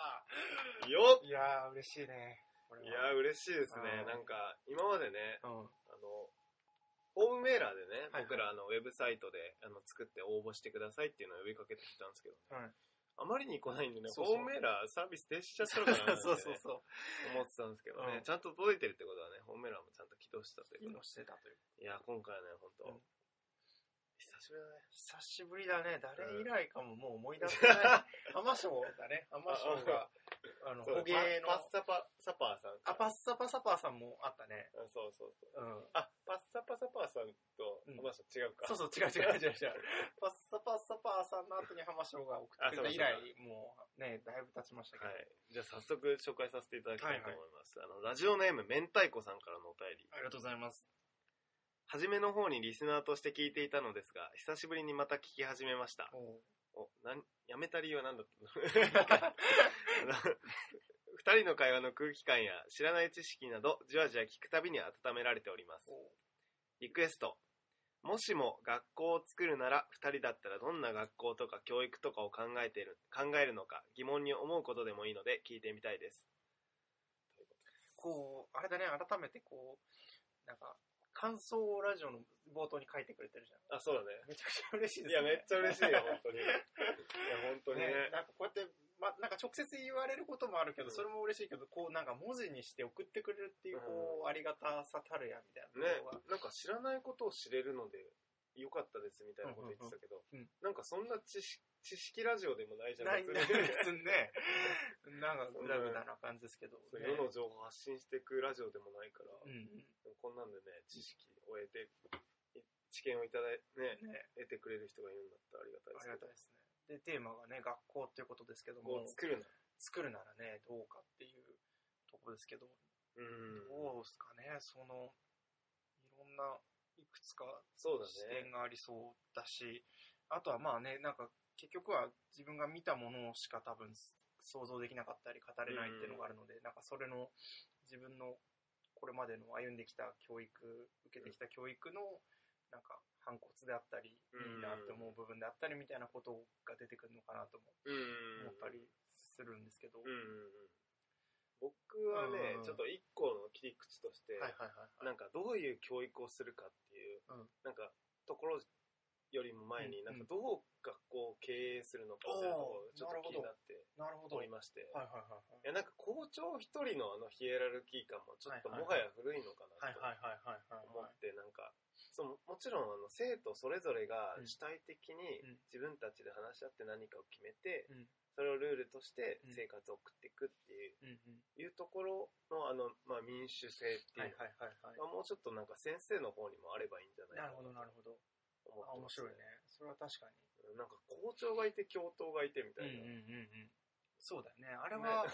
[SPEAKER 2] よっ
[SPEAKER 1] *laughs* いやー、嬉しいね。これ
[SPEAKER 2] い
[SPEAKER 1] は
[SPEAKER 2] やー、嬉しいですね。な
[SPEAKER 1] うん
[SPEAKER 2] んか、今までね、 *laughs*
[SPEAKER 1] うん。
[SPEAKER 2] あの、ホームメーラーでね、
[SPEAKER 1] はい
[SPEAKER 2] 僕らあのウェブサイトであの作って応募してくださいっていうのを呼びかけてきたんですけど、
[SPEAKER 1] はい
[SPEAKER 2] あまりに来ないんでね、
[SPEAKER 1] そうそう
[SPEAKER 2] ホームメーラーサービス停止しちゃったのかなって、ね、
[SPEAKER 1] *laughs* そうそうそう。
[SPEAKER 2] 思ってたんですけどね、
[SPEAKER 1] うん
[SPEAKER 2] ちゃんと届いてるってことはね、ホームメーラーもちゃんと起動したという
[SPEAKER 1] 機
[SPEAKER 2] こと
[SPEAKER 1] 能してたという。
[SPEAKER 2] でいやー、今回はね、ほんと、
[SPEAKER 1] うん
[SPEAKER 2] 久しぶりだね。
[SPEAKER 1] 久しぶりだね。誰以来かももう思い出せない。
[SPEAKER 2] *laughs* あ
[SPEAKER 1] *laughs* 浜章だね。浜章
[SPEAKER 2] *laughs*
[SPEAKER 1] が、あの、
[SPEAKER 2] そう
[SPEAKER 1] 捕鯨の
[SPEAKER 2] パ。パッサパ、サパーさん。
[SPEAKER 1] あ、パッサパサパーさんもあったね。
[SPEAKER 2] うんそうそうそう。
[SPEAKER 1] うん。
[SPEAKER 2] あ、パッサパサパーさんと、
[SPEAKER 1] うん
[SPEAKER 2] まあ違うか。
[SPEAKER 1] そうそう、違う違う違う違う。パッサパッサパーさんの後に浜章が送ってくれた
[SPEAKER 2] あ
[SPEAKER 1] 以
[SPEAKER 2] そう
[SPEAKER 1] 来、もうね、だいぶ経ちましたけ
[SPEAKER 2] は
[SPEAKER 1] ど。
[SPEAKER 2] い。じゃあ早速紹介させていただきたいと思います。あの、ラジオネーム、明太子さんからのお便り。
[SPEAKER 1] ありがとうございます。
[SPEAKER 2] はじめの方にリスナーとして聞いていたのですが、久しぶりにまた聞き始めました。
[SPEAKER 1] おう
[SPEAKER 2] お、なん、やめた理由は何だったの *laughs* 二人の会話の空気感や知らない知識など、じわじわ聞くたびに温められております。
[SPEAKER 1] おう
[SPEAKER 2] リクエスト。もしも学校を作るなら、二人だったらどんな学校とか教育とかを考えている、考えるのか疑問に思うことでもいいので聞いてみたいです。
[SPEAKER 1] こう、あれだね、改めてこう、なんか、感想をラジオの冒頭に書いてくれてるじゃ
[SPEAKER 2] あ、
[SPEAKER 1] ん。
[SPEAKER 2] そうだね。
[SPEAKER 1] めちゃくちゃ嬉しいです
[SPEAKER 2] いや、
[SPEAKER 1] ね。
[SPEAKER 2] めっちゃ嬉しいよ、本当に。いや、本当
[SPEAKER 1] *laughs*
[SPEAKER 2] にね。
[SPEAKER 1] ね、なんかこうやって、ま、なんか直接言われることもあるけ
[SPEAKER 2] う
[SPEAKER 1] ど、
[SPEAKER 2] ん
[SPEAKER 1] それも嬉しいけど、こうなんか文字にして送ってくれるっていう、
[SPEAKER 2] うん
[SPEAKER 1] こう、ありがたさたるや、みたい
[SPEAKER 2] ね
[SPEAKER 1] なのが、、
[SPEAKER 2] なんか知らないことを知れるので、よかったですみたいなこと言ってたけど、
[SPEAKER 1] うんうんうんうん
[SPEAKER 2] なんかそんな知識、知識ラジオでもないじゃな
[SPEAKER 1] ないいん
[SPEAKER 2] で
[SPEAKER 1] だ
[SPEAKER 2] す
[SPEAKER 1] よ
[SPEAKER 2] か。
[SPEAKER 1] 別にね。 *laughs* なんか、
[SPEAKER 2] そん
[SPEAKER 1] グ
[SPEAKER 2] な
[SPEAKER 1] ダグダな感じですけど。
[SPEAKER 2] そう
[SPEAKER 1] *laughs* ね
[SPEAKER 2] 世の情報を発信していくラジオでもないから、
[SPEAKER 1] うんうん。
[SPEAKER 2] こんなんでね、知識を得て、い知見をいただいね、
[SPEAKER 1] ね、
[SPEAKER 2] 得てくれる人がいるんだったらありがたいで
[SPEAKER 1] あ
[SPEAKER 2] す
[SPEAKER 1] り
[SPEAKER 2] け
[SPEAKER 1] が
[SPEAKER 2] ど
[SPEAKER 1] たいですね。で、テーマがね、学校っていうことですけど
[SPEAKER 2] こ
[SPEAKER 1] も
[SPEAKER 2] う、作るな。
[SPEAKER 1] 作るならね、どうかっていうところですけど、
[SPEAKER 2] うん。
[SPEAKER 1] どうですかね、その、いろんな、いくつか
[SPEAKER 2] そうだ
[SPEAKER 1] 視
[SPEAKER 2] ね
[SPEAKER 1] 点。がありそうだし、あとはまあね、なんか結局は自分が見たものしか多分想像できなかったり語れないっていうのがあるので、なんかそれの自分のこれまでの歩んできた教育、受けてきた教育のなんか反骨であったり、い
[SPEAKER 2] うん
[SPEAKER 1] いなって思う部分であったりみたいなことが出てくるのかなとも
[SPEAKER 2] うん。
[SPEAKER 1] 思ったりするんですけど。
[SPEAKER 2] うんうんうん。僕はね、
[SPEAKER 1] うん
[SPEAKER 2] ちょっと一個の切り口として、
[SPEAKER 1] はいはいはい。
[SPEAKER 2] なんかどういう教育をするかっていう、
[SPEAKER 1] うん
[SPEAKER 2] なんかところよりも前に、
[SPEAKER 1] うん
[SPEAKER 2] なんかどう学校を経営するのかみたいなところがちょっと気になって
[SPEAKER 1] なるほど。
[SPEAKER 2] お
[SPEAKER 1] は
[SPEAKER 2] り
[SPEAKER 1] い
[SPEAKER 2] まして、
[SPEAKER 1] はい
[SPEAKER 2] い
[SPEAKER 1] はいはい。
[SPEAKER 2] やなんか校長一人のあのヒエラルキー感もちょっと
[SPEAKER 1] はい
[SPEAKER 2] もは
[SPEAKER 1] は
[SPEAKER 2] いや古いのか
[SPEAKER 1] はいは
[SPEAKER 2] な
[SPEAKER 1] い
[SPEAKER 2] と
[SPEAKER 1] はいはいはい
[SPEAKER 2] 思
[SPEAKER 1] は
[SPEAKER 2] って、なんかそのもちろんあの生徒それぞれが
[SPEAKER 1] うん
[SPEAKER 2] 主体的に
[SPEAKER 1] うん
[SPEAKER 2] 自分たちで話し合って何かを決めて、
[SPEAKER 1] い。うん
[SPEAKER 2] それをルールとして
[SPEAKER 1] うん
[SPEAKER 2] 生活を送っていくっていう,、
[SPEAKER 1] うんうん。
[SPEAKER 2] いうところのあの、まあ、民主性っていう
[SPEAKER 1] は
[SPEAKER 2] の
[SPEAKER 1] いはいはい
[SPEAKER 2] ま
[SPEAKER 1] はい。
[SPEAKER 2] あ、もうちょっとなんか先生の方にもあればいいんじゃない
[SPEAKER 1] な
[SPEAKER 2] か
[SPEAKER 1] るほど、なるほど。
[SPEAKER 2] ほ
[SPEAKER 1] あ、面白いね。それは確かに。
[SPEAKER 2] なんか校長がいて教頭がいてみたいな、
[SPEAKER 1] うん。そうだよね。あれは、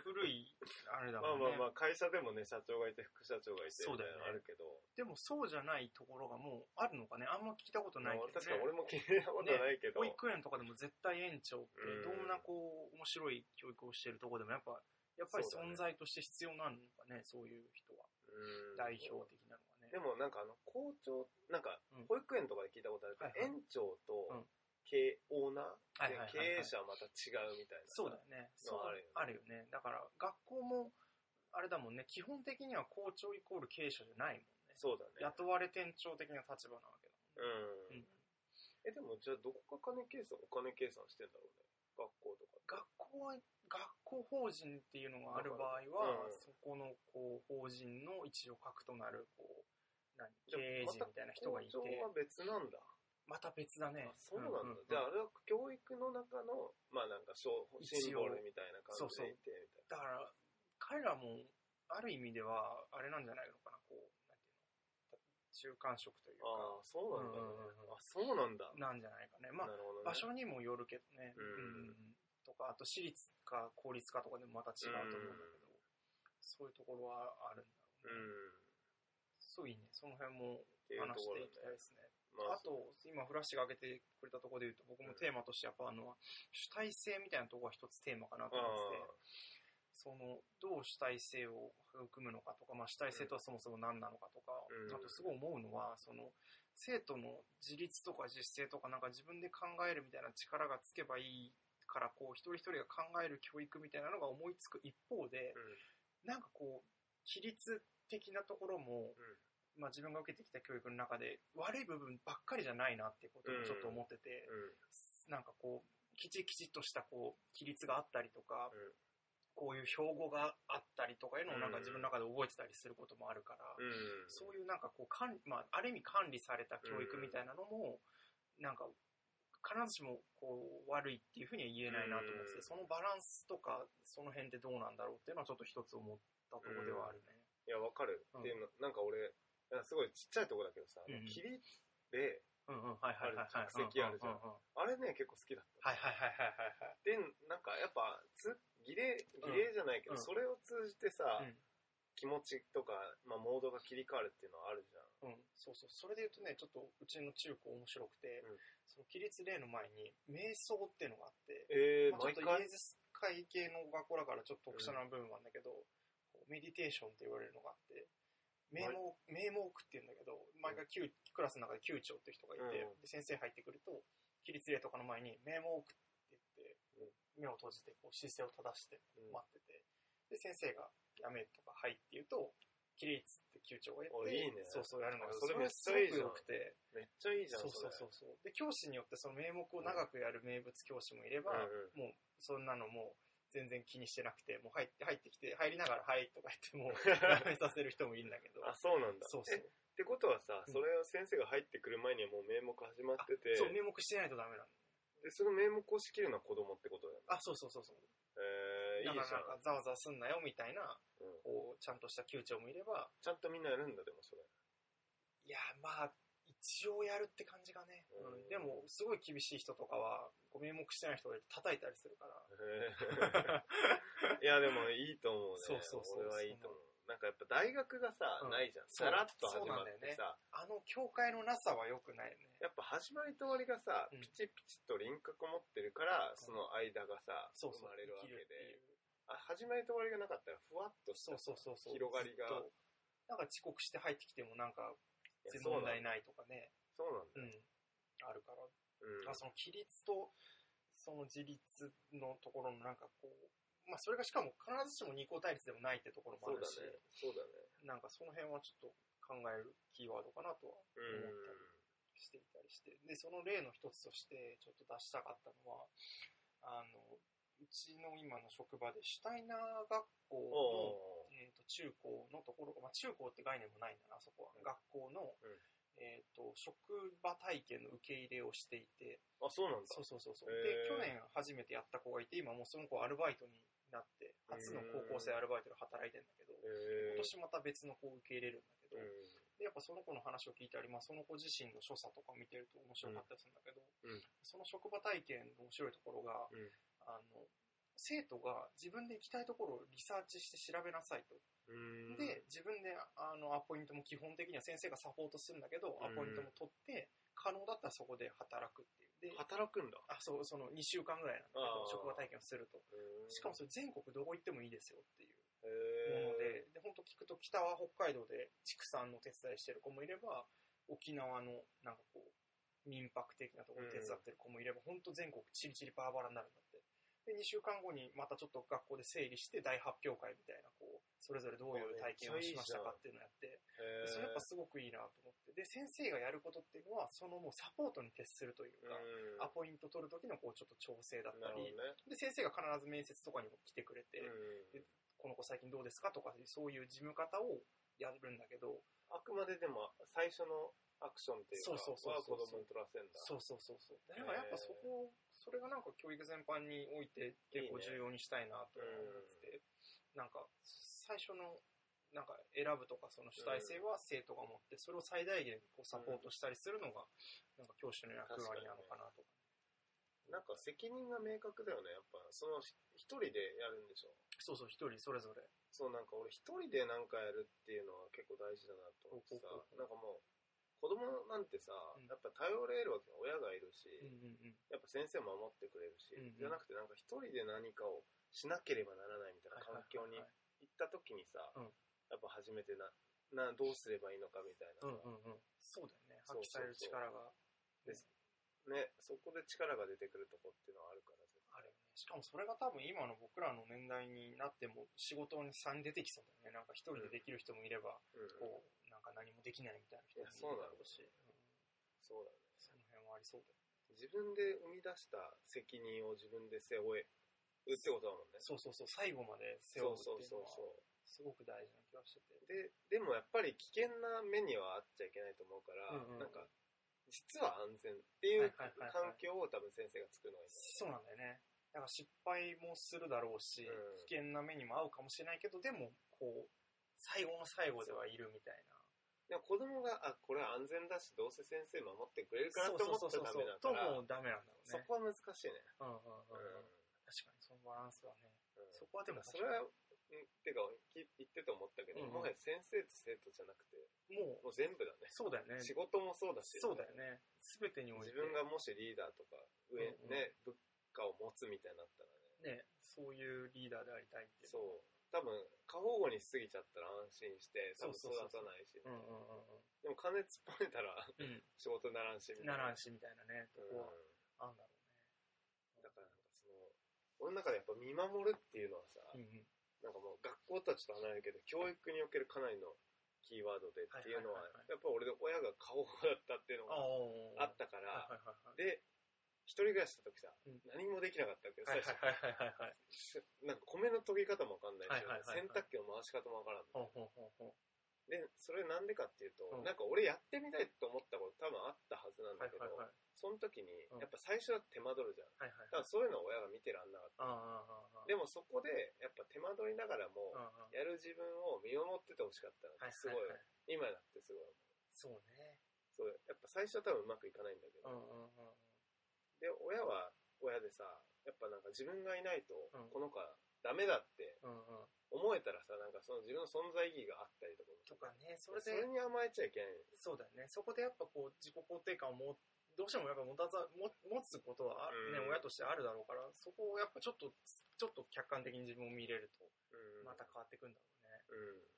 [SPEAKER 1] 古い、あれだ
[SPEAKER 2] ま
[SPEAKER 1] も
[SPEAKER 2] あ
[SPEAKER 1] ん
[SPEAKER 2] ま *laughs* あまあ
[SPEAKER 1] ね。
[SPEAKER 2] 会社でもね社長がいて副社長がいて
[SPEAKER 1] そうだよ
[SPEAKER 2] みたいなのあ
[SPEAKER 1] ね
[SPEAKER 2] るけど、
[SPEAKER 1] でも、そうじゃないところがもうあるのかね。あんま聞いたことない
[SPEAKER 2] まあ
[SPEAKER 1] けど
[SPEAKER 2] 確かに
[SPEAKER 1] ね。
[SPEAKER 2] 俺も聞いたことないけど、
[SPEAKER 1] 保育園とかでも絶対園長って
[SPEAKER 2] うん、
[SPEAKER 1] どんなこう、面白い教育をしてるところでも、やっぱ、やっぱり
[SPEAKER 2] そうだね
[SPEAKER 1] 存在として必要なのかね、そういう人は。
[SPEAKER 2] うん
[SPEAKER 1] 代表的なのはね。
[SPEAKER 2] でもなんかあの校長なんか
[SPEAKER 1] うん
[SPEAKER 2] 保育園とかで聞いたことあるけど、
[SPEAKER 1] はいはい
[SPEAKER 2] 園長
[SPEAKER 1] う
[SPEAKER 2] と
[SPEAKER 1] ん
[SPEAKER 2] 経営オーナー、
[SPEAKER 1] はいはいはいはい
[SPEAKER 2] で経営者はまた違うみたいな
[SPEAKER 1] そうだよね。そう
[SPEAKER 2] あるよね
[SPEAKER 1] あるよね。だから学校も、あれだもんね、基本的には校長イコール経営者じゃないもんね。
[SPEAKER 2] そうだね
[SPEAKER 1] 雇われ店長的な立場なわけだもんね。
[SPEAKER 2] うん、えでもじゃあどこか金計算お金計算してんだろうね学校とか
[SPEAKER 1] 学校は、学校法人っていうのがある場合
[SPEAKER 2] う
[SPEAKER 1] は、
[SPEAKER 2] ん
[SPEAKER 1] そこのこう法人の一応核となる、こう、何
[SPEAKER 2] じゃあ
[SPEAKER 1] 経営人みたいな人がいて
[SPEAKER 2] 校、長は別なんだ
[SPEAKER 1] また別だね
[SPEAKER 2] あ。そうなんだ、
[SPEAKER 1] うんうん
[SPEAKER 2] じゃああれは教育の中のまあなんかショーシンボルみたいな感じでいてみたい
[SPEAKER 1] だから、彼らも、ある意味では、あれなんじゃないのかな、こう、なんていうの、中間色とい
[SPEAKER 2] な
[SPEAKER 1] う
[SPEAKER 2] ああ
[SPEAKER 1] か、
[SPEAKER 2] そうなんだ、ね
[SPEAKER 1] うんうんうんうん
[SPEAKER 2] あそうなんだ
[SPEAKER 1] なんじゃないかね。まあ
[SPEAKER 2] な、るほど、ね、
[SPEAKER 1] 場所にもよるけどね。
[SPEAKER 2] うん
[SPEAKER 1] うんとか、あと私立か公立かとかでもまた違うと思うんだけど、そういうところはあるんだ
[SPEAKER 2] う
[SPEAKER 1] ろう
[SPEAKER 2] ん
[SPEAKER 1] ね。そういいね。その辺も
[SPEAKER 2] ていうと
[SPEAKER 1] 話し
[SPEAKER 2] こ
[SPEAKER 1] て
[SPEAKER 2] ろ
[SPEAKER 1] いきたい
[SPEAKER 2] ね
[SPEAKER 1] ですね。
[SPEAKER 2] ま
[SPEAKER 1] あと、今フラッシュが上げてくれたところで言うと、僕もテーマとしてやっぱあの、主体性みたいなところが一つテーマかな
[SPEAKER 2] あ
[SPEAKER 1] と思ってて、その、どう主体性を育むのかとか、まあ主体性とはそもそも何なのかとか、
[SPEAKER 2] うん
[SPEAKER 1] あとすごい思うのは、その、生徒の自立とか自主性とかなんか自分で考えるみたいな力がつけばいいから、こう、一人一人が考える教育みたいなのが思いつく一方で
[SPEAKER 2] う、ん
[SPEAKER 1] なんかこう、規律的なところも、まあ、自分が受けてきた教育の中で悪い部分ばっかりじゃないなってことをちょっと思ってて、
[SPEAKER 2] うん
[SPEAKER 1] なんかこうきちきちっとしたこう規律があったりとか、
[SPEAKER 2] うん
[SPEAKER 1] こういう標語があったりとかいうのをなんか自分の中で覚えてたりすることもあるから、
[SPEAKER 2] うん
[SPEAKER 1] そういうなんかこう管理、まあ、ある意味管理された教育みたいなのも、なんか必ずしもこう悪いっていうふうには言えないなと思ってて、
[SPEAKER 2] うん
[SPEAKER 1] そのバランスとかその辺ってどうなんだろうっていうのはちょっと一つ思ったところではあるね。
[SPEAKER 2] いやわかる、っ
[SPEAKER 1] うん
[SPEAKER 2] ていうのなんか俺なんかすごいちっちゃいとこだけどさ、
[SPEAKER 1] うんうん
[SPEAKER 2] キリで
[SPEAKER 1] うんうん、はいはいはいは
[SPEAKER 2] あ
[SPEAKER 1] い。
[SPEAKER 2] る着席あるじゃん
[SPEAKER 1] うううう
[SPEAKER 2] あれね結構好きだった、
[SPEAKER 1] はいはいはいはいはい。
[SPEAKER 2] でなんかやっぱつ儀礼儀礼じゃないけど、
[SPEAKER 1] うん
[SPEAKER 2] それを通じてさ、
[SPEAKER 1] うん
[SPEAKER 2] 気持ちとか、まあ、モードが切り替わるっていうのはあるじゃん
[SPEAKER 1] うん、そうそう。それで言うとね、ちょっとうちの中高面白くて、
[SPEAKER 2] うん
[SPEAKER 1] その起立例の前に、瞑想っていうのがあって、
[SPEAKER 2] え
[SPEAKER 1] まあ、ちょっとイエズス会系の学校だからちょっと特殊な部分なんだけど、こうメディテーションって言われるのがあって、名目、名目って言うんだけど、毎回旧クラスの中で級長って人がいて、
[SPEAKER 2] うん
[SPEAKER 1] で先生入ってくると、起立例とかの前に、名目って言って、目を閉じてこう姿勢を正して待ってて、で、先生が、やめとか、はいって言うと、起立って級長が言っ
[SPEAKER 2] お
[SPEAKER 1] て、
[SPEAKER 2] いいね
[SPEAKER 1] そうそうやるのが、
[SPEAKER 2] それめっちゃいいじゃん
[SPEAKER 1] すごく良くて、
[SPEAKER 2] めっちゃいいじゃん
[SPEAKER 1] そうそうそうそう。で、教師によってその名目を長くやる名物教師もいれば、
[SPEAKER 2] う
[SPEAKER 1] もう、そんなのもう、全然気にしてなくて、もう入って、入ってきて、入りながら、はいとか
[SPEAKER 2] *laughs*
[SPEAKER 1] 言っても、
[SPEAKER 2] それ
[SPEAKER 1] やめさせる人もいるんだけど、 *laughs*
[SPEAKER 2] あそうなんだ
[SPEAKER 1] そう
[SPEAKER 2] え
[SPEAKER 1] そ
[SPEAKER 2] っ
[SPEAKER 1] う。
[SPEAKER 2] てことはさ
[SPEAKER 1] うん
[SPEAKER 2] それを先生が入ってくる前にはもう名目始まってて
[SPEAKER 1] あそう、名目してないとダメなの。
[SPEAKER 2] でその名目を仕切るのは子供ってことだよね
[SPEAKER 1] あ、そうそうそうそう。
[SPEAKER 2] えー、いい
[SPEAKER 1] だから
[SPEAKER 2] じゃ
[SPEAKER 1] なん
[SPEAKER 2] ん、
[SPEAKER 1] か、ざわざわすんなよ、みたいな、
[SPEAKER 2] うん
[SPEAKER 1] こう、ちゃんとした級長もいれば、
[SPEAKER 2] ちゃんとみんなやるんだでもそれ
[SPEAKER 1] いや、まあ、一応やるって感じがね。
[SPEAKER 2] うん
[SPEAKER 1] うんでも、すごい厳しい人とかは、こう名目してない人がいると叩いたりするから。 *laughs*
[SPEAKER 2] いやでもいいと思うね
[SPEAKER 1] そうそうそう
[SPEAKER 2] 俺はいいと思うなんかやっぱ大学がさ、
[SPEAKER 1] うん
[SPEAKER 2] ないじゃん
[SPEAKER 1] そ
[SPEAKER 2] さ
[SPEAKER 1] う
[SPEAKER 2] らっと始まっ
[SPEAKER 1] そうなんだ
[SPEAKER 2] て
[SPEAKER 1] よね
[SPEAKER 2] さ、
[SPEAKER 1] あの教会のなさは良くないよね。
[SPEAKER 2] やっぱ始まりと終わりがさ、
[SPEAKER 1] うん
[SPEAKER 2] ピチピチと輪郭持ってるから、その間がさ
[SPEAKER 1] そうそう。
[SPEAKER 2] 生まれるわけで
[SPEAKER 1] 生きって
[SPEAKER 2] あ
[SPEAKER 1] いう
[SPEAKER 2] 始まりと終わりがなかったらふわっとした
[SPEAKER 1] そうそうそうそう。
[SPEAKER 2] 広がりが
[SPEAKER 1] ずっとなんか遅刻して入ってきてもなんか、
[SPEAKER 2] いや
[SPEAKER 1] 全然
[SPEAKER 2] そう
[SPEAKER 1] 問
[SPEAKER 2] なん
[SPEAKER 1] 題
[SPEAKER 2] だ
[SPEAKER 1] ないとかね。
[SPEAKER 2] そうなんだ
[SPEAKER 1] うん。あるから。
[SPEAKER 2] うん
[SPEAKER 1] まあその規律と、その自立のところのなんかこう、まあそれがしかも必ずしも二項対立でもないってところも
[SPEAKER 2] そう
[SPEAKER 1] ある
[SPEAKER 2] だ
[SPEAKER 1] し、
[SPEAKER 2] ねそうだね
[SPEAKER 1] なんかその辺はちょっと考えるキーワードかなとは思ったりしていたりして、で、その例の一つとしてちょっと出したかったのは、あの、うちの今の職場でシュタイナー学
[SPEAKER 2] うんお
[SPEAKER 1] 校の、えー、と中高のところ、まあ、中高って概念もないんだな、あそこは。
[SPEAKER 2] うん
[SPEAKER 1] 学校
[SPEAKER 2] ん
[SPEAKER 1] の、えっ、と、職場体験の受け入れをしていて、
[SPEAKER 2] ーあそうなんだ
[SPEAKER 1] そうそうそうそう。
[SPEAKER 2] へー
[SPEAKER 1] で、去年初めてやった子がいて、今もうその子アルバイトになって、初の高校生アルバイトで働いてんだけど、
[SPEAKER 2] へー
[SPEAKER 1] 今年また別の子を受け入れるんだけど、
[SPEAKER 2] うん
[SPEAKER 1] でやっぱその子の話を聞いたり、まあ、その子自身の所作とか見てると面白かったりするんだけど、
[SPEAKER 2] うん
[SPEAKER 1] その職場体験の面白いところが、
[SPEAKER 2] うん
[SPEAKER 1] あの生徒が自分で行きたいところをリサーチして調べなさいと、
[SPEAKER 2] うん
[SPEAKER 1] で自分であのアポイントも基本的には先生がサポートするんだけど、
[SPEAKER 2] うん
[SPEAKER 1] アポイントも取って可能だったらそこで働くっていうで
[SPEAKER 2] 働くんだ
[SPEAKER 1] あそうその2週間ぐらいなんだ
[SPEAKER 2] あ
[SPEAKER 1] け
[SPEAKER 2] ー
[SPEAKER 1] ど職場体験をするとしかもそれ全国どこ行ってもいいですよっていう
[SPEAKER 2] へ
[SPEAKER 1] もの
[SPEAKER 2] へ
[SPEAKER 1] で、で、本当聞くと北は北海道で畜産の手伝いしてる子もいれば、沖縄のなんかこう、民泊的なところ手伝ってる子もいれば、本当全国チリチリバラバラになるんだって。で、2週間後にまたちょっと学校で整理して大発表会みたいな、こう、それぞれどういう体験をしましたかっていうのをやって、
[SPEAKER 2] え。
[SPEAKER 1] でそれやっぱすごくいいなと思って。で、先生がやることっていうのは、そのもうサポートに徹するというか、
[SPEAKER 2] うん
[SPEAKER 1] アポイント取る時のこう、ちょっと調整だっ
[SPEAKER 2] な
[SPEAKER 1] た
[SPEAKER 2] るほど
[SPEAKER 1] り、
[SPEAKER 2] ね。
[SPEAKER 1] で、先生が必ず面接とかにも来てくれて、
[SPEAKER 2] うん
[SPEAKER 1] この子最近どうですかとか、そういう事務方をやるんだけど、
[SPEAKER 2] あくまででも最初のアクションっていう
[SPEAKER 1] そうそう
[SPEAKER 2] か
[SPEAKER 1] そう
[SPEAKER 2] は子供
[SPEAKER 1] そう
[SPEAKER 2] に取らせるんだ。
[SPEAKER 1] そうそうそうそう。だからやっぱそこ、それがなんか教育全般において結構
[SPEAKER 2] いいね
[SPEAKER 1] 重要にしたいなと思ってて、なんか最初のなんか選ぶとかその主体性は生徒が持って、それを最大限こうサポートしたりするのが、なんか教師の役割なのかなとか。
[SPEAKER 2] なんか責任が明確だよね。やっぱそのひ一人でやるんでしょ。
[SPEAKER 1] そうそう、一人それぞれ。
[SPEAKER 2] そうなんか俺一人でなんかやるっていうのは結構大事だなと思ってさ
[SPEAKER 1] ほうほう
[SPEAKER 2] なん
[SPEAKER 1] ほう
[SPEAKER 2] かもう子供なんてさ、
[SPEAKER 1] うん
[SPEAKER 2] やっぱ頼れるわけよ親がいるし、
[SPEAKER 1] うんうんうん。
[SPEAKER 2] やっぱ先生も守ってくれるし、
[SPEAKER 1] うんう
[SPEAKER 2] じ
[SPEAKER 1] ん
[SPEAKER 2] ゃなくてなんか一人で何かをしなければならないみたいな環境に
[SPEAKER 1] はい
[SPEAKER 2] 行
[SPEAKER 1] はいはいはい
[SPEAKER 2] った時にさ、
[SPEAKER 1] うん
[SPEAKER 2] やっぱ初めてななどうすればいいのかみたいな
[SPEAKER 1] う
[SPEAKER 2] さ、
[SPEAKER 1] んうんうん。そうだよね。
[SPEAKER 2] そう
[SPEAKER 1] 発
[SPEAKER 2] そ
[SPEAKER 1] 揮さ
[SPEAKER 2] うそう
[SPEAKER 1] れる力が
[SPEAKER 2] ですね、そこで力が出てくるとこっていうのはあるから絶
[SPEAKER 1] あるよね。しかもそれが多分今の僕らの年代になっても仕事に差に出てきそうだよね。なんか一人でできる人もいれば、
[SPEAKER 2] 対、うん
[SPEAKER 1] こう、なんか何もできないみたいな人も
[SPEAKER 2] いや
[SPEAKER 1] い
[SPEAKER 2] そう
[SPEAKER 1] る
[SPEAKER 2] な
[SPEAKER 1] だ
[SPEAKER 2] んだ
[SPEAKER 1] ろうし、うん
[SPEAKER 2] そうだね
[SPEAKER 1] その辺はありそうだよね。
[SPEAKER 2] 自分で生み出した責任を自分で背負えるってことだもんね
[SPEAKER 1] そうそうそう、最後まで背負う
[SPEAKER 2] そう
[SPEAKER 1] って
[SPEAKER 2] そう
[SPEAKER 1] いうのは
[SPEAKER 2] そうそう
[SPEAKER 1] すごく大事な気がして
[SPEAKER 2] で
[SPEAKER 1] て。
[SPEAKER 2] でもやっぱり危険な目にはあっちゃいけないと思うから、
[SPEAKER 1] うんうん
[SPEAKER 2] なんか実は安全っていう
[SPEAKER 1] はいはいはいは
[SPEAKER 2] 環
[SPEAKER 1] い
[SPEAKER 2] 境を多分先生が作るのがいい
[SPEAKER 1] そうなんだよね。だから失敗もするだろう
[SPEAKER 2] う
[SPEAKER 1] し、
[SPEAKER 2] ん
[SPEAKER 1] 危険な目にも合うかもしれないけど、でも、こう、最後の最後ではいるみたい
[SPEAKER 2] で
[SPEAKER 1] な。
[SPEAKER 2] も子供があこれは安全だしどうせ先生守ってくれるから
[SPEAKER 1] そう
[SPEAKER 2] と思っ
[SPEAKER 1] そう
[SPEAKER 2] た
[SPEAKER 1] そう
[SPEAKER 2] らダ
[SPEAKER 1] そ
[SPEAKER 2] メだか
[SPEAKER 1] う。
[SPEAKER 2] ら
[SPEAKER 1] ともダメなんだろう
[SPEAKER 2] そ
[SPEAKER 1] ね。
[SPEAKER 2] こは難しいね、
[SPEAKER 1] うんうんう
[SPEAKER 2] う
[SPEAKER 1] ん
[SPEAKER 2] ん
[SPEAKER 1] うん。確かにそのバランスはね。
[SPEAKER 2] うん
[SPEAKER 1] そこはでも
[SPEAKER 2] それはうんてかき言ってて思ったけど、
[SPEAKER 1] うん
[SPEAKER 2] も
[SPEAKER 1] うん
[SPEAKER 2] はや先生と生徒じゃなくて
[SPEAKER 1] も
[SPEAKER 2] もう
[SPEAKER 1] う
[SPEAKER 2] 全部だね
[SPEAKER 1] そうだよね
[SPEAKER 2] 仕事もそうだし
[SPEAKER 1] そうだよね全てにおい
[SPEAKER 2] 自
[SPEAKER 1] て
[SPEAKER 2] 分がもしリーダーとか上、
[SPEAKER 1] うんうん
[SPEAKER 2] ね部下を持つみたいになったらね
[SPEAKER 1] ねそういうリーダーでありたいってい
[SPEAKER 2] そう多分過保護にしすぎちゃったら安心して多分
[SPEAKER 1] そう
[SPEAKER 2] 育
[SPEAKER 1] そうそうそ
[SPEAKER 2] たな
[SPEAKER 1] う
[SPEAKER 2] いし
[SPEAKER 1] うんうんうん
[SPEAKER 2] でも金突っ込めたら
[SPEAKER 1] うん
[SPEAKER 2] 仕事にならんしみ
[SPEAKER 1] う
[SPEAKER 2] たいな
[SPEAKER 1] んならんしみたいなねとこ
[SPEAKER 2] う
[SPEAKER 1] はあんだろ
[SPEAKER 2] んだからなんかその俺の中でやっぱ見守るっていうのはさ、
[SPEAKER 1] うねうんうん
[SPEAKER 2] なんかもう学校とはちょっと離れるけど教育におけるかなりのキーワードでっていうのは
[SPEAKER 1] はいは
[SPEAKER 2] やっ
[SPEAKER 1] いはいはい
[SPEAKER 2] ぱ俺の親が過保護だったっていうの
[SPEAKER 1] あ
[SPEAKER 2] があ
[SPEAKER 1] あ
[SPEAKER 2] ったか
[SPEAKER 1] はい
[SPEAKER 2] ら
[SPEAKER 1] はいはいはい
[SPEAKER 2] で一人暮らしした時さ、
[SPEAKER 1] うん
[SPEAKER 2] 何もできなかったわけど、
[SPEAKER 1] はいはいはいはいはいはい
[SPEAKER 2] なんか米の研ぎ方もわかんないし、
[SPEAKER 1] はいはいはいは
[SPEAKER 2] 洗
[SPEAKER 1] い
[SPEAKER 2] 濯機の回し方もわからん
[SPEAKER 1] ほうほうほうほ
[SPEAKER 2] で、それなんでかっていうと、
[SPEAKER 1] うん
[SPEAKER 2] なんか俺やってみたいと思ったこと多分あったはずなん
[SPEAKER 1] うは
[SPEAKER 2] だ
[SPEAKER 1] い
[SPEAKER 2] けど、
[SPEAKER 1] はいはい
[SPEAKER 2] その時に
[SPEAKER 1] う
[SPEAKER 2] や
[SPEAKER 1] ん、
[SPEAKER 2] っぱ最初は手間取るじゃん。
[SPEAKER 1] はいはい
[SPEAKER 2] ただそういうのを親が見てらんなかっ
[SPEAKER 1] あああ
[SPEAKER 2] た。
[SPEAKER 1] あああ
[SPEAKER 2] でもそこで、やっぱ手間取りながらも
[SPEAKER 1] あ、ああ
[SPEAKER 2] やる自分を見守っててほしかった
[SPEAKER 1] あ
[SPEAKER 2] なってすごい、
[SPEAKER 1] ははは
[SPEAKER 2] 今だってすごい。
[SPEAKER 1] そうね
[SPEAKER 2] そう、やっぱ最初は多分うまくいかないんだけ
[SPEAKER 1] う
[SPEAKER 2] ど、
[SPEAKER 1] んうんうんうん
[SPEAKER 2] で、親は親でさ、やっぱなんか自分がいないと
[SPEAKER 1] うん、
[SPEAKER 2] この子はダメだって
[SPEAKER 1] うんうん
[SPEAKER 2] 思えたらさ、なんかその自分の存在意義があったりとかも
[SPEAKER 1] とかねそ
[SPEAKER 2] そ
[SPEAKER 1] れ
[SPEAKER 2] れ
[SPEAKER 1] で
[SPEAKER 2] に甘えちゃいけない。
[SPEAKER 1] そうだよね。そこでやっぱこう、自己肯定感をも、どうしてもやっぱ持たざ、も持つことはあ、ね、
[SPEAKER 2] うん
[SPEAKER 1] 親としてあるだろうから、そこをやっぱちょっと、ちょっと客観的に自分を見れると、
[SPEAKER 2] うん
[SPEAKER 1] また変わってくんだろうね。
[SPEAKER 2] うん。
[SPEAKER 1] うん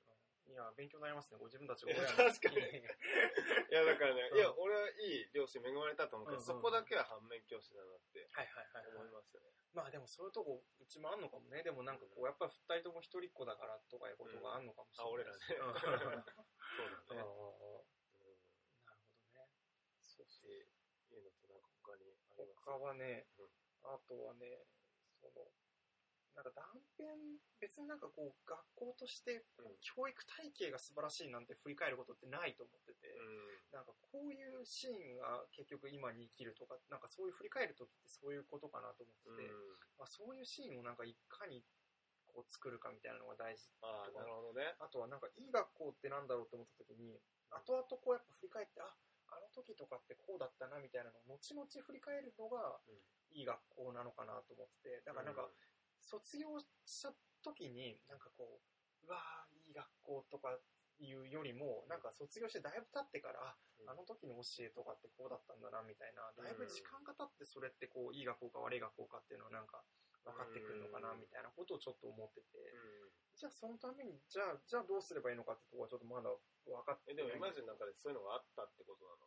[SPEAKER 1] いや、勉強になりますね。ご自分たち
[SPEAKER 2] いや
[SPEAKER 1] 親の
[SPEAKER 2] 確かにいやだからね、
[SPEAKER 1] うん
[SPEAKER 2] いや俺はいい両親恵まれたと思うけど、
[SPEAKER 1] うんうん
[SPEAKER 2] そこだけは反面教師だなって
[SPEAKER 1] *laughs* はいはいはい
[SPEAKER 2] 思
[SPEAKER 1] はいい。
[SPEAKER 2] ますよね。
[SPEAKER 1] まあでもそういうとこ、うちもあんのかもね。でもなんかこう、やっぱり二人とも一人っ子だからとかいうことがあんのかもしれな
[SPEAKER 2] う
[SPEAKER 1] い。
[SPEAKER 2] んあ俺らねそう *laughs*
[SPEAKER 1] うん。うんうんうん
[SPEAKER 2] だね。 *laughs*
[SPEAKER 1] なるほどね。
[SPEAKER 2] そうし、いうのとなんか他にあります
[SPEAKER 1] 他はね
[SPEAKER 2] うん、
[SPEAKER 1] あとはね、その、なんか断片、別になんかこう、学校として
[SPEAKER 2] うん
[SPEAKER 1] 教育体系が素晴らしいなんて振り返ることってないと思ってて、なんかこういうシーンが結局今に生きるとか、なんかそういう振り返るときってそういうことかなと思
[SPEAKER 2] う
[SPEAKER 1] っ
[SPEAKER 2] ん。
[SPEAKER 1] てて、
[SPEAKER 2] うん
[SPEAKER 1] まあ、そういうシーンをなんかいかにこう作るかみたいなのが大事。
[SPEAKER 2] ああ、なるほどね。
[SPEAKER 1] あとはなんかいい学校ってなんだろうと思ったときに、後々こうやっぱ振り返って、あ、あの時とかってこうだったなみたいなのを後々振り返るのが、
[SPEAKER 2] うん
[SPEAKER 1] いい学校なのかなと思ってて、だからなんか、卒業した時に、なんかこう、うわーいい学校とかいうよりも、なんか卒業してだいぶ経ってから、
[SPEAKER 2] うん
[SPEAKER 1] あの時の教えとかってこうだったんだな、みたいな、だいぶ時間が経ってそれってこう、いい学校か悪い学校かっていうのはなんか、分かってくるのかな
[SPEAKER 2] うん
[SPEAKER 1] みたいなことをちょっと思ってて、じゃあそのために、じゃあ、じゃあどうすればいいのかってとこはちょっとまだ分かって
[SPEAKER 2] えでもイマ
[SPEAKER 1] ない
[SPEAKER 2] ジンの中でそういうのがあったってことなのな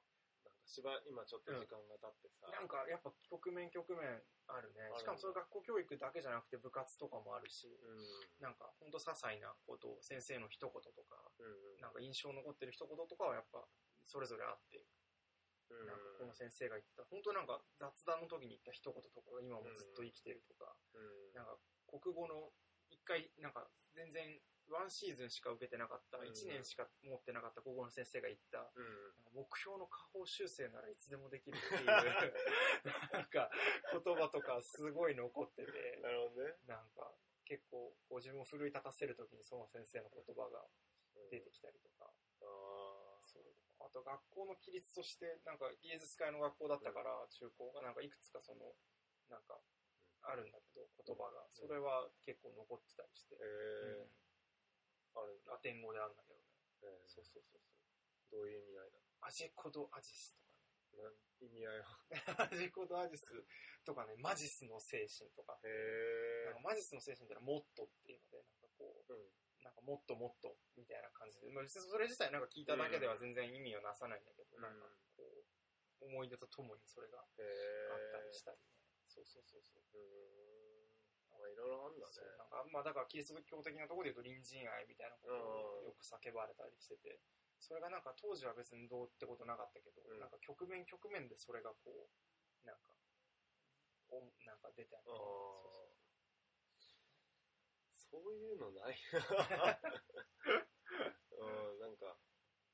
[SPEAKER 2] んか芝今ちょっと時間が経ってさ、
[SPEAKER 1] なんかやっぱ局面局面あるね
[SPEAKER 2] ある。
[SPEAKER 1] しかもそれ学校教育だけじゃなくて部活とかもあるし、
[SPEAKER 2] うん
[SPEAKER 1] なんかほんと些細なことを先生の一言とか、
[SPEAKER 2] うん
[SPEAKER 1] なんか印象残ってる一言とかはやっぱそれぞれあって、
[SPEAKER 2] うん
[SPEAKER 1] なんかこの先生が言ってた、本当なんか雑談の時に言った一言とかが今もずっと生きてるとか、
[SPEAKER 2] うん
[SPEAKER 1] なんか国語の一回、なんか全然ワンシーズンしか受けてなかった、
[SPEAKER 2] うん
[SPEAKER 1] 一年しか持ってなかった国語の先生が言った、
[SPEAKER 2] うん
[SPEAKER 1] なんか目標の下方修正ならいつでもできるっていう、なんか言葉とかすごい残って *laughs* て、
[SPEAKER 2] なるほどね、
[SPEAKER 1] なんか結構こう自分を奮い立たせる時にその先生の言葉が
[SPEAKER 2] うん
[SPEAKER 1] 出てきたりとか、
[SPEAKER 2] ああ
[SPEAKER 1] そうあと学校の規律としてなんか芸術界の学校だったから中高がなんかいくつかそのなんかあるんだけど言葉がそれは結構残ってたりして、
[SPEAKER 2] え
[SPEAKER 1] うん
[SPEAKER 2] えあるんだ、
[SPEAKER 1] ラテン語であるんだけどね、
[SPEAKER 2] えー
[SPEAKER 1] そうそうそうそう
[SPEAKER 2] どういう意味合い
[SPEAKER 1] アジコドアジスとかね
[SPEAKER 2] なのなん意味合いは
[SPEAKER 1] アジコドアジスとかねマジスの精神とか
[SPEAKER 2] へ
[SPEAKER 1] な
[SPEAKER 2] え
[SPEAKER 1] んかマジスの精神ってのはモットっていうのでなんかこう
[SPEAKER 2] うん
[SPEAKER 1] なんかもっともっとみたいな感じで、まあ、別にそれ自体なんか聞いただけでは全然意味をなさないんだけど、
[SPEAKER 2] うん
[SPEAKER 1] なんかこう、思い出とともにそれがあ
[SPEAKER 2] へえ
[SPEAKER 1] ったりしたりね。そうそうそうそう。
[SPEAKER 2] うーんまあいろいろあんだね
[SPEAKER 1] そうなんかまあだからキリスト教的なところで言うと隣人愛みたいなことをよく叫ばれたりしてて、それがなんか当時は別にどうってことなかったけど、
[SPEAKER 2] うん
[SPEAKER 1] なんか局面局面でそれがこう、なんか、おなんか出てあ
[SPEAKER 2] ああ
[SPEAKER 1] そうそう
[SPEAKER 2] そういうのない
[SPEAKER 1] *laughs*
[SPEAKER 2] なうんなんか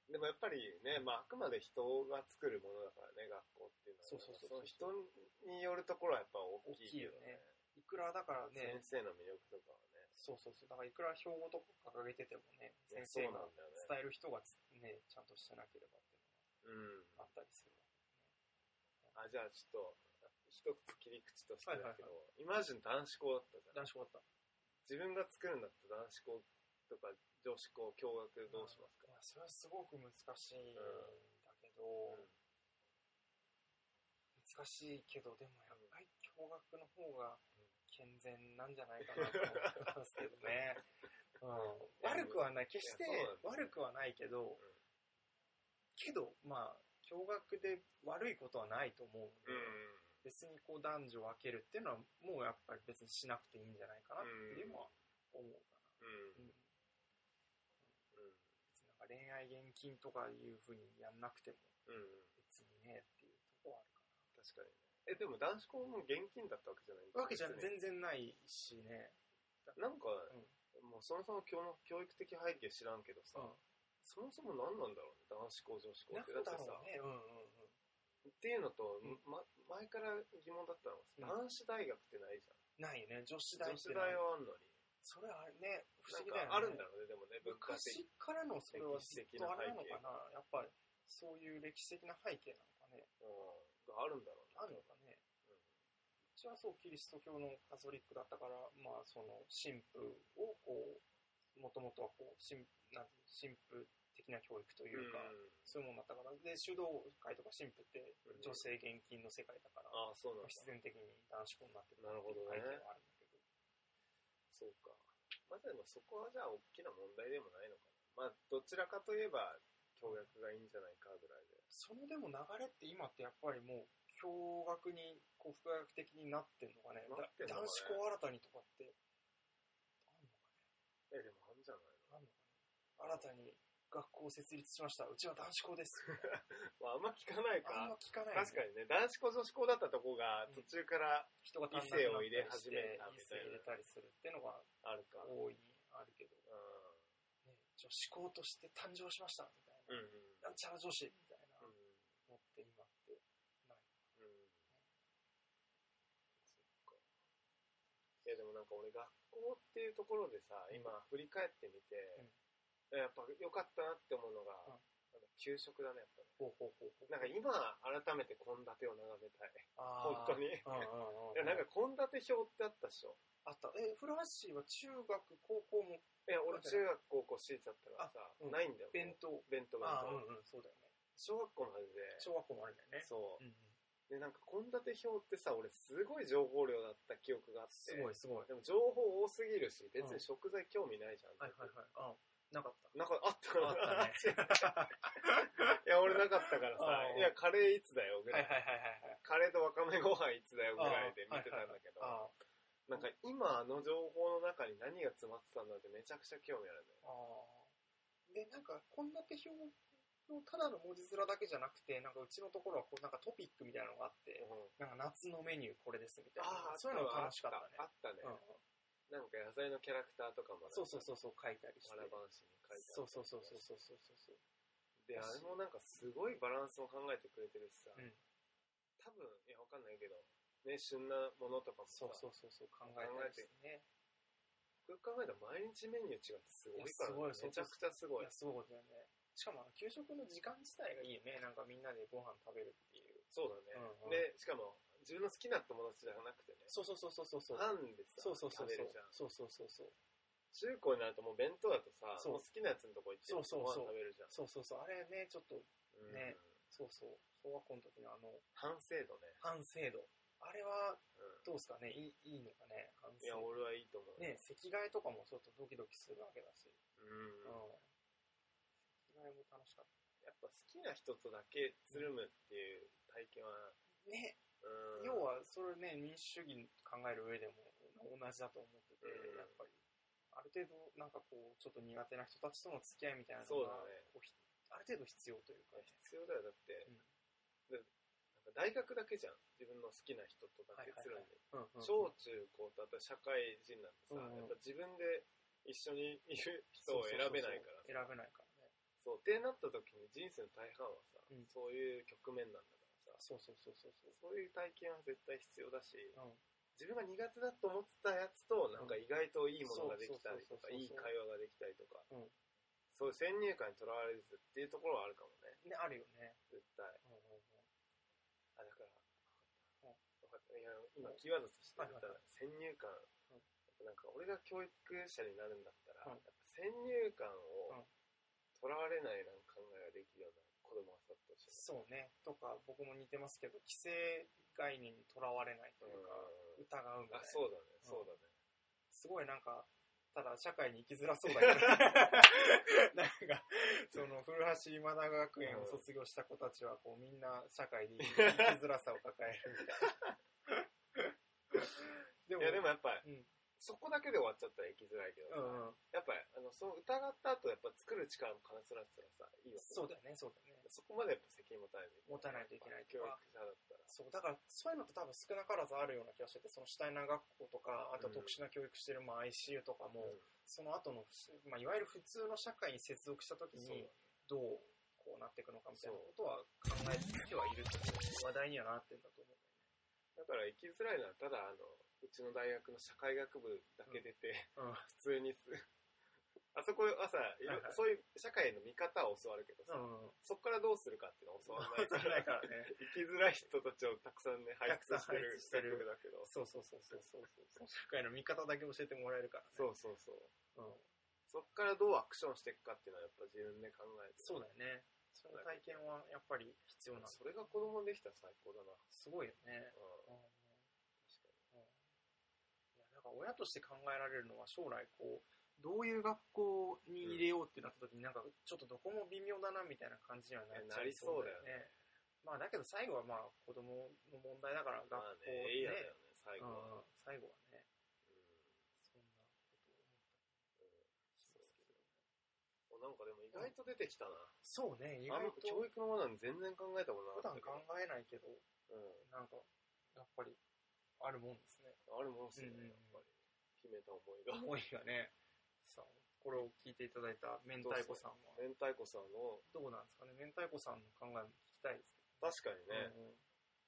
[SPEAKER 2] でもやっぱりね、まあ、あくまで人が作るものだからね学校っていうのは
[SPEAKER 1] そうそうそう
[SPEAKER 2] の人によるところはやっぱ大きいよね
[SPEAKER 1] いくらだからね、
[SPEAKER 2] 先生の魅力とかはね
[SPEAKER 1] そうそうそう、だからいくら標語とか掲げててもね、先
[SPEAKER 2] そう
[SPEAKER 1] 生
[SPEAKER 2] な
[SPEAKER 1] が
[SPEAKER 2] んだよね
[SPEAKER 1] 伝える人がつね、ちゃんとしてなければって
[SPEAKER 2] うん
[SPEAKER 1] いうのがあったりする。
[SPEAKER 2] あじゃあちょっと一つ切り口としてだけど、
[SPEAKER 1] は
[SPEAKER 2] イマジン男子校だったじゃん
[SPEAKER 1] 男子校だった。
[SPEAKER 2] 自分が作るんだったら男子校とか女子校共学どうしますか
[SPEAKER 1] い、や、それはすごく難しいんだけど、
[SPEAKER 2] うん
[SPEAKER 1] 難しいけど、でもやっぱり驚愕の方が健全なんじゃないかなと思ったんですけど *laughs* ね。うん、悪くはない。決して
[SPEAKER 2] いやそうなんだ
[SPEAKER 1] 悪くはないけど、
[SPEAKER 2] ん
[SPEAKER 1] けど、まあ、驚愕で悪いことはないと思うので、別にこう男女分けるっていうのはもうやっぱり別にしなくていいんじゃないかなっていうのは思うか
[SPEAKER 2] うん
[SPEAKER 1] な。うん、
[SPEAKER 2] うん
[SPEAKER 1] 別になんか恋愛厳禁とかいうふうにやんなくても
[SPEAKER 2] うん
[SPEAKER 1] 別にねっていうとこはあるか
[SPEAKER 2] 確かにねえでも男子校も現金だったわけじゃないんだ
[SPEAKER 1] な。わけじゃ
[SPEAKER 2] 別に
[SPEAKER 1] 全然ないしね。
[SPEAKER 2] なんか、
[SPEAKER 1] ん
[SPEAKER 2] もうそもそも教の教育的背景知らんけどさ、
[SPEAKER 1] うん
[SPEAKER 2] そもそも何なんだろうね男子校女子校
[SPEAKER 1] な
[SPEAKER 2] っ
[SPEAKER 1] ん
[SPEAKER 2] て
[SPEAKER 1] だ
[SPEAKER 2] って
[SPEAKER 1] ろ
[SPEAKER 2] さ
[SPEAKER 1] うね。うんうんうん。
[SPEAKER 2] っていうのと、
[SPEAKER 1] うん
[SPEAKER 2] ま、前から疑問だったの
[SPEAKER 1] うん
[SPEAKER 2] が男子大学ってないじゃん
[SPEAKER 1] ないよね。女子大
[SPEAKER 2] 女
[SPEAKER 1] っ
[SPEAKER 2] 子
[SPEAKER 1] て
[SPEAKER 2] 大
[SPEAKER 1] ない。
[SPEAKER 2] はあんのに
[SPEAKER 1] それあれね、不
[SPEAKER 2] な
[SPEAKER 1] 思
[SPEAKER 2] ん
[SPEAKER 1] 議だよね。
[SPEAKER 2] かあるんだろうねでもね文化的
[SPEAKER 1] 昔からのそれはずっとあれなのかな。やっぱりそういう歴史的な背景なのかね。
[SPEAKER 2] うんがあるんだろう
[SPEAKER 1] あるのかね。うちはそうキリスト教のカトリックだったから、まあ、その神父をこうもともとはこう神なんていうの神父的な教育というか、
[SPEAKER 2] ん
[SPEAKER 1] そういうものだったからで修道会とか神父って
[SPEAKER 2] うん
[SPEAKER 1] 女性厳禁の世界だから、
[SPEAKER 2] ああそうなんだ
[SPEAKER 1] 必然的に男子校になって
[SPEAKER 2] なるほどね
[SPEAKER 1] っていう背景はあるんだけど
[SPEAKER 2] そうか。まあ、でもそこはじゃあ大きな問題でもないのかな。まあ、どちらかといえば、教約がいいんじゃないかぐらいで。
[SPEAKER 1] そのでも流れって今ってやっぱりもう驚愕にこう複学的になってんのかね
[SPEAKER 2] なってんのかね
[SPEAKER 1] だ男子校新たにとかって
[SPEAKER 2] え、
[SPEAKER 1] あんのかね
[SPEAKER 2] でもあんじゃない
[SPEAKER 1] なんのかな新たに学校を設立しました。うちは男
[SPEAKER 2] *laughs*
[SPEAKER 1] 子校です。
[SPEAKER 2] *laughs* のまあ、あんま聞かない
[SPEAKER 1] あんま
[SPEAKER 2] か。
[SPEAKER 1] 聞かない、
[SPEAKER 2] 確か
[SPEAKER 1] に。
[SPEAKER 2] にね、男子校女子校だったとこが
[SPEAKER 1] うん
[SPEAKER 2] 途中から
[SPEAKER 1] 人が
[SPEAKER 2] 異性を入れ始めた
[SPEAKER 1] た
[SPEAKER 2] み
[SPEAKER 1] 異
[SPEAKER 2] た
[SPEAKER 1] 性
[SPEAKER 2] いな
[SPEAKER 1] 入れたりするっていうのが
[SPEAKER 2] あるか。
[SPEAKER 1] 多いにあるけど、
[SPEAKER 2] う
[SPEAKER 1] ね、女子校として誕生しましたみたい
[SPEAKER 2] ん。うん
[SPEAKER 1] な。。なんちゃら女子みたいな
[SPEAKER 2] うん。
[SPEAKER 1] のって今ってない。
[SPEAKER 2] うん。そっか。いや、でもなんか俺、学校っていうところでさ、
[SPEAKER 1] うん
[SPEAKER 2] 今振り返ってみて、やっぱ良かったなって思うのが、
[SPEAKER 1] うん
[SPEAKER 2] あの給食だね、やっぱね。
[SPEAKER 1] ほうほうほうほう。
[SPEAKER 2] なんか今、改めて献立を眺めたい。
[SPEAKER 1] あー
[SPEAKER 2] 本当に。い
[SPEAKER 1] うんうんうん、
[SPEAKER 2] や、なんか献立表ってあったでしょ。
[SPEAKER 1] あった。え、古橋は中学、高校も
[SPEAKER 2] いや、俺中学高校私立だったからさ、
[SPEAKER 1] うん
[SPEAKER 2] ないんだよ。
[SPEAKER 1] 弁当。
[SPEAKER 2] 弁当弁
[SPEAKER 1] ああ、うん
[SPEAKER 2] 当。
[SPEAKER 1] うん、そうだよね。
[SPEAKER 2] 小学校までで、
[SPEAKER 1] 小学校もあるんだよね。
[SPEAKER 2] そうう、
[SPEAKER 1] んうん
[SPEAKER 2] で、なんか献立表ってさ、俺すごい情報量だった記憶があって。
[SPEAKER 1] すごいすごい。
[SPEAKER 2] でも情報多すぎるし、別
[SPEAKER 1] うん
[SPEAKER 2] に食材興味ないじゃん。
[SPEAKER 1] はいはいはい。あ、なかった。
[SPEAKER 2] なんかあったか
[SPEAKER 1] あ
[SPEAKER 2] ら *laughs* いや、俺なかったからさ
[SPEAKER 1] あ、ー
[SPEAKER 2] いや、カレーいつだよぐ
[SPEAKER 1] は
[SPEAKER 2] ら
[SPEAKER 1] いはい
[SPEAKER 2] い。
[SPEAKER 1] はいはいはい。
[SPEAKER 2] カレーとわかめご飯いつだよぐらいで見てたんだけど、
[SPEAKER 1] あ
[SPEAKER 2] なんか今あの情報の中に何が詰まってたんだってめちゃくちゃ興味あるね。
[SPEAKER 1] あー。で、なんか、こんな手表のただの文字面だけじゃなくて、なんかうちのところはこうなんかトピックみたいなのがあって、
[SPEAKER 2] うん
[SPEAKER 1] なんか夏のメニューこれですみたい
[SPEAKER 2] ああ、
[SPEAKER 1] な。そういうの楽しかったね
[SPEAKER 2] あ。ったね。
[SPEAKER 1] うんうん
[SPEAKER 2] なんか野菜のキャラクターとかもなんか
[SPEAKER 1] そうそうそうそう、書いたりして
[SPEAKER 2] わ。らばんしに書いてあったり
[SPEAKER 1] そうそうそうそうそうそうそう。
[SPEAKER 2] で、あれもなんかすごいバランスも考えてくれてるしさ、
[SPEAKER 1] うん
[SPEAKER 2] 多分、いや、わかんないけど、ね、旬なものとかもさ、
[SPEAKER 1] そうそうそうそう、考えたりしてね。
[SPEAKER 2] よく考えたら毎日メニュー違ってすごいから、
[SPEAKER 1] いやすご
[SPEAKER 2] め
[SPEAKER 1] い
[SPEAKER 2] ちゃくちゃすごい
[SPEAKER 1] いや、。すごいことだよね。しかも、あの給食の時間自体がいいよね。なんかみんなでご飯食べるっていう。
[SPEAKER 2] そうだね、
[SPEAKER 1] うんうん
[SPEAKER 2] で、しかも、自分の好きな友達じゃなくてね、
[SPEAKER 1] そうそうそうそうそうそう。
[SPEAKER 2] パンでさ、
[SPEAKER 1] そうそうそう
[SPEAKER 2] 食べるじゃん。
[SPEAKER 1] そう。そうそうそうそう。
[SPEAKER 2] 中高になるともう弁当だとさ、
[SPEAKER 1] そ
[SPEAKER 2] もう
[SPEAKER 1] う
[SPEAKER 2] 好きなやつのとこ行って、
[SPEAKER 1] そうそうそう
[SPEAKER 2] ご飯食べるじゃん。
[SPEAKER 1] そうそうそう。あれね、ちょっと、
[SPEAKER 2] うん
[SPEAKER 1] ねそうそう。小学校の時のあの、
[SPEAKER 2] 反省度ね。
[SPEAKER 1] 反制度。あれ
[SPEAKER 2] う
[SPEAKER 1] は、
[SPEAKER 2] ん
[SPEAKER 1] どうですかねいい、いいのかね反
[SPEAKER 2] いや、
[SPEAKER 1] 省
[SPEAKER 2] 俺はいいと思う。
[SPEAKER 1] ね、席替えとかもちょっとドキドキするわけだし。うん。
[SPEAKER 2] うん。
[SPEAKER 1] 席替えも楽しかっ
[SPEAKER 2] やっぱ好きな人とだけつるむっていう体験は、
[SPEAKER 1] た。ね、
[SPEAKER 2] うん
[SPEAKER 1] 要は、それね、民主主義考える上でも同じだと思ってて、
[SPEAKER 2] うん
[SPEAKER 1] やっぱり、ある程度、なんかこう、ちょっと苦手な人たちとの付き合いみたいなの
[SPEAKER 2] そうだ
[SPEAKER 1] が、
[SPEAKER 2] ね
[SPEAKER 1] こうひある程度必要というか、
[SPEAKER 2] 必要だよ、だって。
[SPEAKER 1] うん
[SPEAKER 2] だなんか大学だけじゃん。自分の好きな人とだけつるんで。
[SPEAKER 1] うんうんうん
[SPEAKER 2] 小中高とあと社会人なんてさ、
[SPEAKER 1] うん
[SPEAKER 2] や
[SPEAKER 1] うん
[SPEAKER 2] っぱ自分で一緒にいる人を選べないから
[SPEAKER 1] そうそうそう選べないからね。
[SPEAKER 2] そう、ってなった時に人生の大半はさ、
[SPEAKER 1] うん
[SPEAKER 2] そういう局面なんだからさ、
[SPEAKER 1] そうそうそうそう
[SPEAKER 2] そ
[SPEAKER 1] そう。
[SPEAKER 2] ういう体験は絶対必要だし、
[SPEAKER 1] うん、
[SPEAKER 2] 自分が苦手だと思ってたやつと、なんか意外といいものができたりとか、
[SPEAKER 1] うんそうそうそうそ
[SPEAKER 2] い
[SPEAKER 1] う
[SPEAKER 2] い会話ができたりとか、
[SPEAKER 1] うん
[SPEAKER 2] そういう先入観にとらわれずっていうところはあるかもね、
[SPEAKER 1] ね、あるよね。
[SPEAKER 2] 絶対。
[SPEAKER 1] うんうんうん
[SPEAKER 2] あ、だから、
[SPEAKER 1] うん
[SPEAKER 2] わかったいや今キーワードとして言ったら、
[SPEAKER 1] はい
[SPEAKER 2] 先入観
[SPEAKER 1] うん、
[SPEAKER 2] なんか俺が教育者になるんだったら、や
[SPEAKER 1] うん
[SPEAKER 2] っぱ先入観を
[SPEAKER 1] うん
[SPEAKER 2] とらわれないなんか考えができるような子供が育ってほしい。
[SPEAKER 1] そうね。とか、僕も似てますけど、規制概念にとらわれないというか、
[SPEAKER 2] うん
[SPEAKER 1] 疑うみ
[SPEAKER 2] あ
[SPEAKER 1] たいな、
[SPEAKER 2] そうだね、そうだね。
[SPEAKER 1] すごいなんか、ただ社会に生きづらそうだけど、 *laughs* なんか、その、古橋今田学園を卒業した子たちは、こう、みんな社会に生きづらさを抱えるみたいな。
[SPEAKER 2] いや、でもやっぱ、
[SPEAKER 1] うん、
[SPEAKER 2] そこだけで終わっちゃったら生きづらいけどさ、
[SPEAKER 1] *laughs* うんうん、
[SPEAKER 2] やっぱり、あの、その疑った後、やっぱ作る力も兼ね備えてたらさ、いいわけ
[SPEAKER 1] そうだよね、そうだよね。
[SPEAKER 2] そこまでやっぱ責任持たないといけない。
[SPEAKER 1] 持たないといけない
[SPEAKER 2] 教育者だったら。
[SPEAKER 1] そう、だから、そういうのって多分少なからずあるような気がしてて、そのシュタイナー学校とか、あと特殊な教育してる、まあ、ICU とかも、
[SPEAKER 2] うん
[SPEAKER 1] その後の、まあ、いわゆる普通の社会に接続した時
[SPEAKER 2] そうだ
[SPEAKER 1] に
[SPEAKER 2] ね、
[SPEAKER 1] どうこうなっていくのかみたいなことは考えてはいると思う話題にはなってんだと思う。
[SPEAKER 2] だから生きづらいのは、ただ、あの、うちの大学の社会学部だけ出て、
[SPEAKER 1] うん
[SPEAKER 2] 普通にす、あそこはさ、いろ
[SPEAKER 1] はいはい
[SPEAKER 2] そういう社会の見方を教わるけどさ、
[SPEAKER 1] うん。 *laughs*
[SPEAKER 2] そこからどうするかっていうのを教わらない
[SPEAKER 1] そ
[SPEAKER 2] か
[SPEAKER 1] れない
[SPEAKER 2] ら、
[SPEAKER 1] からね。
[SPEAKER 2] 生きづらい人たちをたくさんね、配置してる
[SPEAKER 1] たくさん配置してる
[SPEAKER 2] 学部だけど。
[SPEAKER 1] そうそうそうそうそうそう。社会の見方だけ教えてもらえるからね。
[SPEAKER 2] そうそうそう。
[SPEAKER 1] う。ん。
[SPEAKER 2] そこからどうアクションしていくかっていうのはやっぱ自分で考えて。
[SPEAKER 1] そうだよね。その体験はやっぱり必要なんだ。
[SPEAKER 2] それが子供にできたら最高だな。
[SPEAKER 1] すごいよね。
[SPEAKER 2] う
[SPEAKER 1] うん
[SPEAKER 2] ん。
[SPEAKER 1] うんうんいやなんか親として考えられるのは将来こうどういう学校に入れようってなった時になんかちょっとどこも微妙だなみたいな感じにはなっちゃいそうだよ
[SPEAKER 2] な
[SPEAKER 1] ね。まあだけど最後はまあ子供の問題だから学校
[SPEAKER 2] まあね、いいやだよね、最
[SPEAKER 1] 最
[SPEAKER 2] 後
[SPEAKER 1] 後
[SPEAKER 2] は。うん
[SPEAKER 1] は最後はねそんなこと思
[SPEAKER 2] そうおなんかでも意外と出てきたな。
[SPEAKER 1] った。そうね意
[SPEAKER 2] あん
[SPEAKER 1] 外
[SPEAKER 2] ま教
[SPEAKER 1] と
[SPEAKER 2] 育の話なんて全然考えたこと
[SPEAKER 1] 普
[SPEAKER 2] なかった
[SPEAKER 1] 段
[SPEAKER 2] け
[SPEAKER 1] 考
[SPEAKER 2] ど。
[SPEAKER 1] えないけど
[SPEAKER 2] う
[SPEAKER 1] なんかやっぱりあるもんですね。
[SPEAKER 2] ん。あるもんっすよ
[SPEAKER 1] うんうん
[SPEAKER 2] ね、やっぱり。秘めた思いが。
[SPEAKER 1] 思いがねさあこれを聞いていただいた明太子さんは。
[SPEAKER 2] 明太子さんの、
[SPEAKER 1] どうなんですかね、明太子さんの考えも聞きたいです
[SPEAKER 2] 確かに
[SPEAKER 1] けど
[SPEAKER 2] ね、
[SPEAKER 1] うん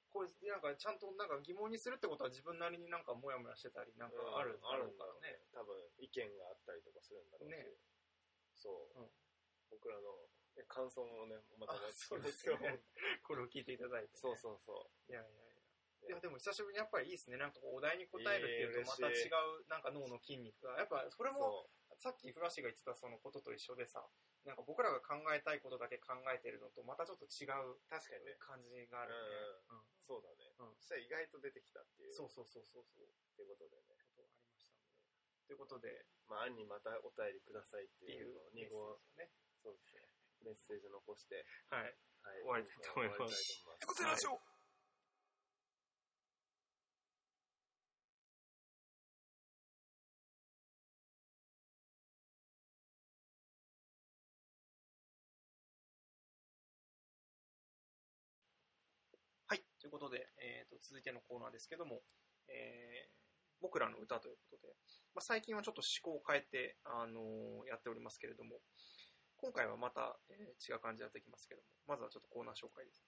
[SPEAKER 1] これ、なんかちゃんとなんか疑問にするってことは自分なりになんかモヤモヤしてたり、なんかある、
[SPEAKER 2] あるんだ
[SPEAKER 1] から
[SPEAKER 2] ろうね。多分、意見があったりとかするんだろうし
[SPEAKER 1] ね。
[SPEAKER 2] そう
[SPEAKER 1] うん。
[SPEAKER 2] 僕らのえ感想もね、また待
[SPEAKER 1] あそう
[SPEAKER 2] ってま
[SPEAKER 1] ですす
[SPEAKER 2] よ
[SPEAKER 1] ね。これを聞いていただいて、
[SPEAKER 2] そうそうそう。
[SPEAKER 1] う。いやいやいや。いや、でも久しぶりにやっぱりいいですね。なんかこうお題に答えるっていうと、
[SPEAKER 2] いや
[SPEAKER 1] また
[SPEAKER 2] いや嬉しい
[SPEAKER 1] 違う、なんか脳の筋肉が。やっぱそれも、
[SPEAKER 2] そ
[SPEAKER 1] さっきフラッシュが言ってたそのことと一緒でさ、なんか僕らが考えたいことだけ考えてるのと、またちょっと違う
[SPEAKER 2] う確かにね
[SPEAKER 1] 感じがあるね。うん
[SPEAKER 2] そうだね。
[SPEAKER 1] うん
[SPEAKER 2] そしたら意外と出てきたっていう。
[SPEAKER 1] そうそうそうそうそう。
[SPEAKER 2] っていうことでね。
[SPEAKER 1] ことがありましたので。ということで、
[SPEAKER 2] まあ、案にまたお便りくださいって
[SPEAKER 1] ってい
[SPEAKER 2] いううのを2
[SPEAKER 1] メッセージ
[SPEAKER 2] 号、そ
[SPEAKER 1] をね。
[SPEAKER 2] うですね。メッセージ残して、
[SPEAKER 1] はい。
[SPEAKER 2] は
[SPEAKER 3] 終わりたいと思います。
[SPEAKER 2] 終わりたいと思います
[SPEAKER 3] コテラジオ
[SPEAKER 1] はい。ということで、えー、と続いてのコーナーですけども、えー僕らの歌ということで、まあ、最近はちょっと思考を変えて、あのーやっておりますけれども、今回はまた、えー違う感じでやっていきますけども、まずはちょっとコーナー紹介です。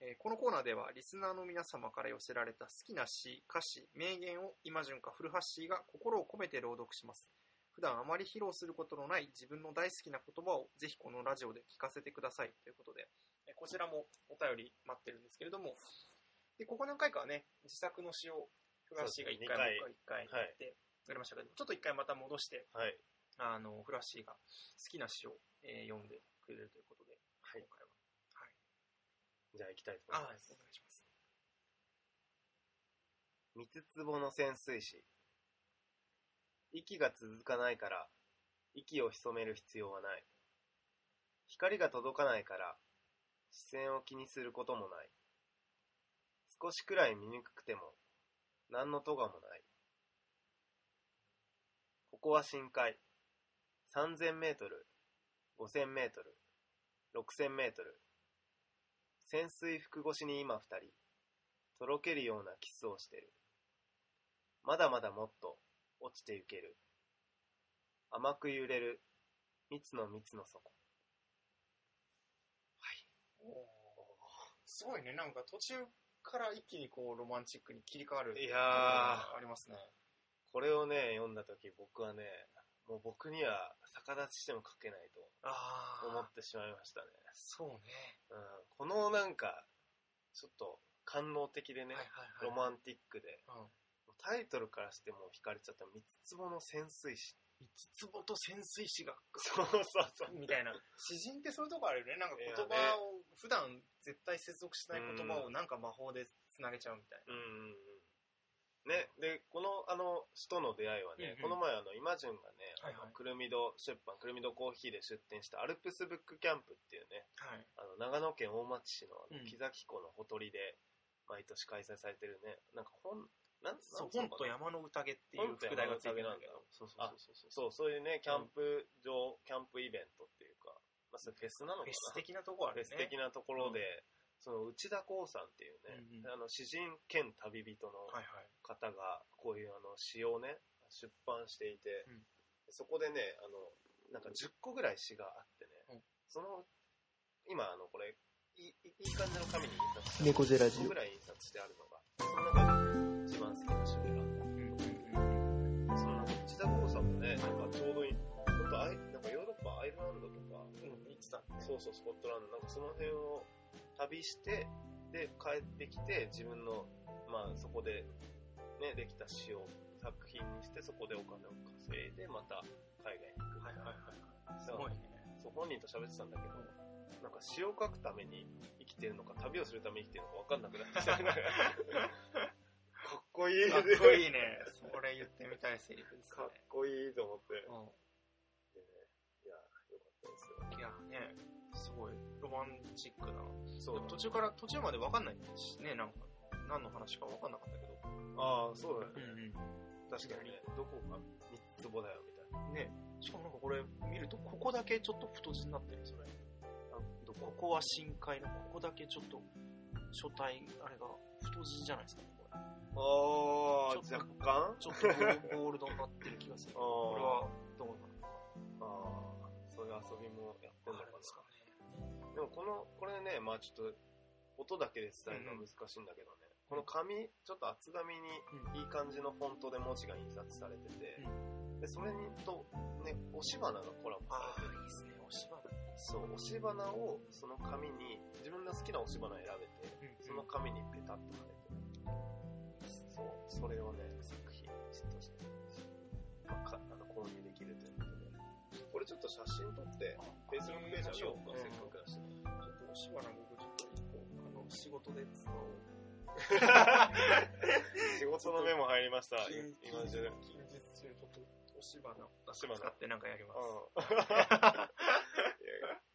[SPEAKER 1] えーこのコーナーでは、リスナーの皆様から寄せられた好きな詩、歌詞、名言を今順か古橋が心を込めて朗読します。普段あまり披露することのない自分の大好きな言葉をぜひこのラジオで聞かせてくださいということで、えーこちらもお便り待ってるんですけれども、で、ここ何回かはね、自作の詩を、古橋が1回、
[SPEAKER 2] そう
[SPEAKER 1] 僕が1回やってくれましたけど、ちょっと1回また戻して、
[SPEAKER 2] はい。
[SPEAKER 1] あの、フラッシーが好きな詩を、えー読んでくれるということで、
[SPEAKER 2] はい
[SPEAKER 1] 今回は。はい。
[SPEAKER 2] じゃあ行きたいと
[SPEAKER 1] あ
[SPEAKER 2] 思い
[SPEAKER 1] お願
[SPEAKER 2] ま
[SPEAKER 1] い
[SPEAKER 2] す。
[SPEAKER 1] します。
[SPEAKER 2] 三つ壺の潜水士。息が続かないから、息を潜める必要はない。光が届かないから、視線を気にすることもない。少しくらい醜くても、何の咎もない。ここは深海。3000メートル、5000メートル、6000メートル。潜水服越しに今二人。とろけるようなキスをしてる。まだまだもっと落ちてゆける。甘く揺れる蜜の蜜の底。
[SPEAKER 1] すごいね、なんか途中から一気にこう、ロマンチックに切り替わる。
[SPEAKER 2] いやー
[SPEAKER 1] ありますね。
[SPEAKER 2] これをね、読んだ時僕はね、もう僕には逆立ちしても書けない
[SPEAKER 1] あ
[SPEAKER 2] と思ってしまいましたね。
[SPEAKER 1] そうね。
[SPEAKER 2] うん、このなんか、ちょっと官能的でね、
[SPEAKER 1] はいはいはい。
[SPEAKER 2] ロマンティックで、
[SPEAKER 1] うん。
[SPEAKER 2] タイトルからしてもう惹かれちゃった三つ壺の潜水士。
[SPEAKER 1] 五つぼと潜水士が、
[SPEAKER 2] そうそうそう。
[SPEAKER 1] みたいな。詩人ってそういうとこあるよね。なんか言
[SPEAKER 2] い
[SPEAKER 1] 葉
[SPEAKER 2] やね
[SPEAKER 1] を、普段絶対接続しない言葉をなんか魔法で繋げちゃうみたい
[SPEAKER 2] うんうんうんね、で、この、あの、詩との出会いはね、
[SPEAKER 1] うんう
[SPEAKER 2] この
[SPEAKER 1] ん
[SPEAKER 2] 前、あの、イマジュンがね、
[SPEAKER 1] はいは
[SPEAKER 2] あの
[SPEAKER 1] い
[SPEAKER 2] くるみど出版、くるみどコーヒーで出展したアルプスブックキャンプっていうね、あの、
[SPEAKER 1] な。はい。
[SPEAKER 2] 長野県大町市の、あ
[SPEAKER 1] う
[SPEAKER 2] の、
[SPEAKER 1] ん
[SPEAKER 2] 木崎湖のほとりで、毎年開催されてるね、なんか本、なん、
[SPEAKER 1] そう、
[SPEAKER 2] なん
[SPEAKER 1] 本
[SPEAKER 2] つうのかな
[SPEAKER 1] と山の宴っていう副題がついてるんだけど。
[SPEAKER 2] そうそう
[SPEAKER 1] あ
[SPEAKER 2] そうそう。そう、そういうね、キャンプ場、キャンプイベントっていうか、まあ、それフェスなのかな
[SPEAKER 1] フェス的なとこあ
[SPEAKER 2] フ
[SPEAKER 1] る
[SPEAKER 2] ェス
[SPEAKER 1] ね。
[SPEAKER 2] 的なところで、その内田光さんっていうね、
[SPEAKER 1] うんうん
[SPEAKER 2] あの詩人兼旅人の
[SPEAKER 1] はいはい。
[SPEAKER 2] 方がこういうあの詩をね出版していて、
[SPEAKER 1] うん
[SPEAKER 2] そこでねあのなんか10個ぐらい詩があってね、
[SPEAKER 1] うん
[SPEAKER 2] その今あのこれいいいい感じの紙に印刷して
[SPEAKER 3] 猫背ラジオ
[SPEAKER 2] 10個ぐらい印刷してあるのがその中で一番好きな詩を選んだその内田光さんもねなんかちょうどいいちょっとアイなんかヨーロッパアイルランドとか、
[SPEAKER 1] うん、言ってたね。
[SPEAKER 2] そうそう、スコットランド。なんかその辺を旅して、で、帰ってきて、自分の、まあそこで、ね、できた詩を作品にして、そこでお金を稼いで、また海外に行く。
[SPEAKER 1] はいはいはい。す
[SPEAKER 2] そう
[SPEAKER 1] ごいね。
[SPEAKER 2] そう、本人と喋ってたんだけど、なんか詩を書くために生きてるのか、旅をするために生きてるのか分かんなくなってき
[SPEAKER 1] *laughs*
[SPEAKER 2] た。かっこいい。
[SPEAKER 1] *laughs* かっこいいね。それ言ってみたいセリフです
[SPEAKER 2] か
[SPEAKER 1] ね
[SPEAKER 2] っ。こいいと思って。
[SPEAKER 1] う
[SPEAKER 2] でねいや、よかったですよ。
[SPEAKER 1] ん。いやね、すごいロマンチックな。
[SPEAKER 2] そうだね
[SPEAKER 1] 途中から、途中まで分かんないしね、なんか。何の話か分かんなかったけど。
[SPEAKER 2] ああ、そうだね。
[SPEAKER 1] ん
[SPEAKER 2] 確かにね、どこが三つ壺だよ、みたいな。
[SPEAKER 1] うん。ね、しかもなんかこれ見ると、ここだけちょっと太字になってる、それ。
[SPEAKER 2] あど
[SPEAKER 1] ここは深海の、ここだけちょっと、書体、あれが太字じゃないですかね、これ。
[SPEAKER 2] ああ、
[SPEAKER 1] ちょ
[SPEAKER 2] 若
[SPEAKER 1] っ
[SPEAKER 2] 干あ
[SPEAKER 1] ちょっとゴールドになってる気がす *laughs* る。
[SPEAKER 2] あー
[SPEAKER 1] これはどうなのか
[SPEAKER 2] あー、そういう遊びもやって
[SPEAKER 1] どう
[SPEAKER 2] るの
[SPEAKER 1] な
[SPEAKER 2] か
[SPEAKER 1] るんですかね。
[SPEAKER 2] な。でもこの、これね、まあちょっと、音だけで伝えるのは難しいんだけどね。この紙、ちょっと厚紙
[SPEAKER 1] う
[SPEAKER 2] に、いい感じのフォントで文字が印刷されてて、で、それにと、ね、押し花がコラボ
[SPEAKER 1] あ
[SPEAKER 2] されて
[SPEAKER 1] あ、
[SPEAKER 2] る。
[SPEAKER 1] いいですね、お芝居。
[SPEAKER 2] そう、押し花を、その紙に、自分が好きな押し花選べて、その紙にペタッと貼れてる。そう、それをね、作品として、まあ、かあの購入できるということで。これちょっと写真撮って、Facebook ページ上げようか、せっかくだし。
[SPEAKER 1] ちょっとお芝居の僕ちょっと一個、あの、仕事で使おう。
[SPEAKER 2] 仕事の目も入りました。
[SPEAKER 1] 近日
[SPEAKER 2] 今中。
[SPEAKER 1] 近日中、ちょっと、おし花を
[SPEAKER 2] おし花
[SPEAKER 1] 使ってなんかやりま
[SPEAKER 2] うん。 *laughs* い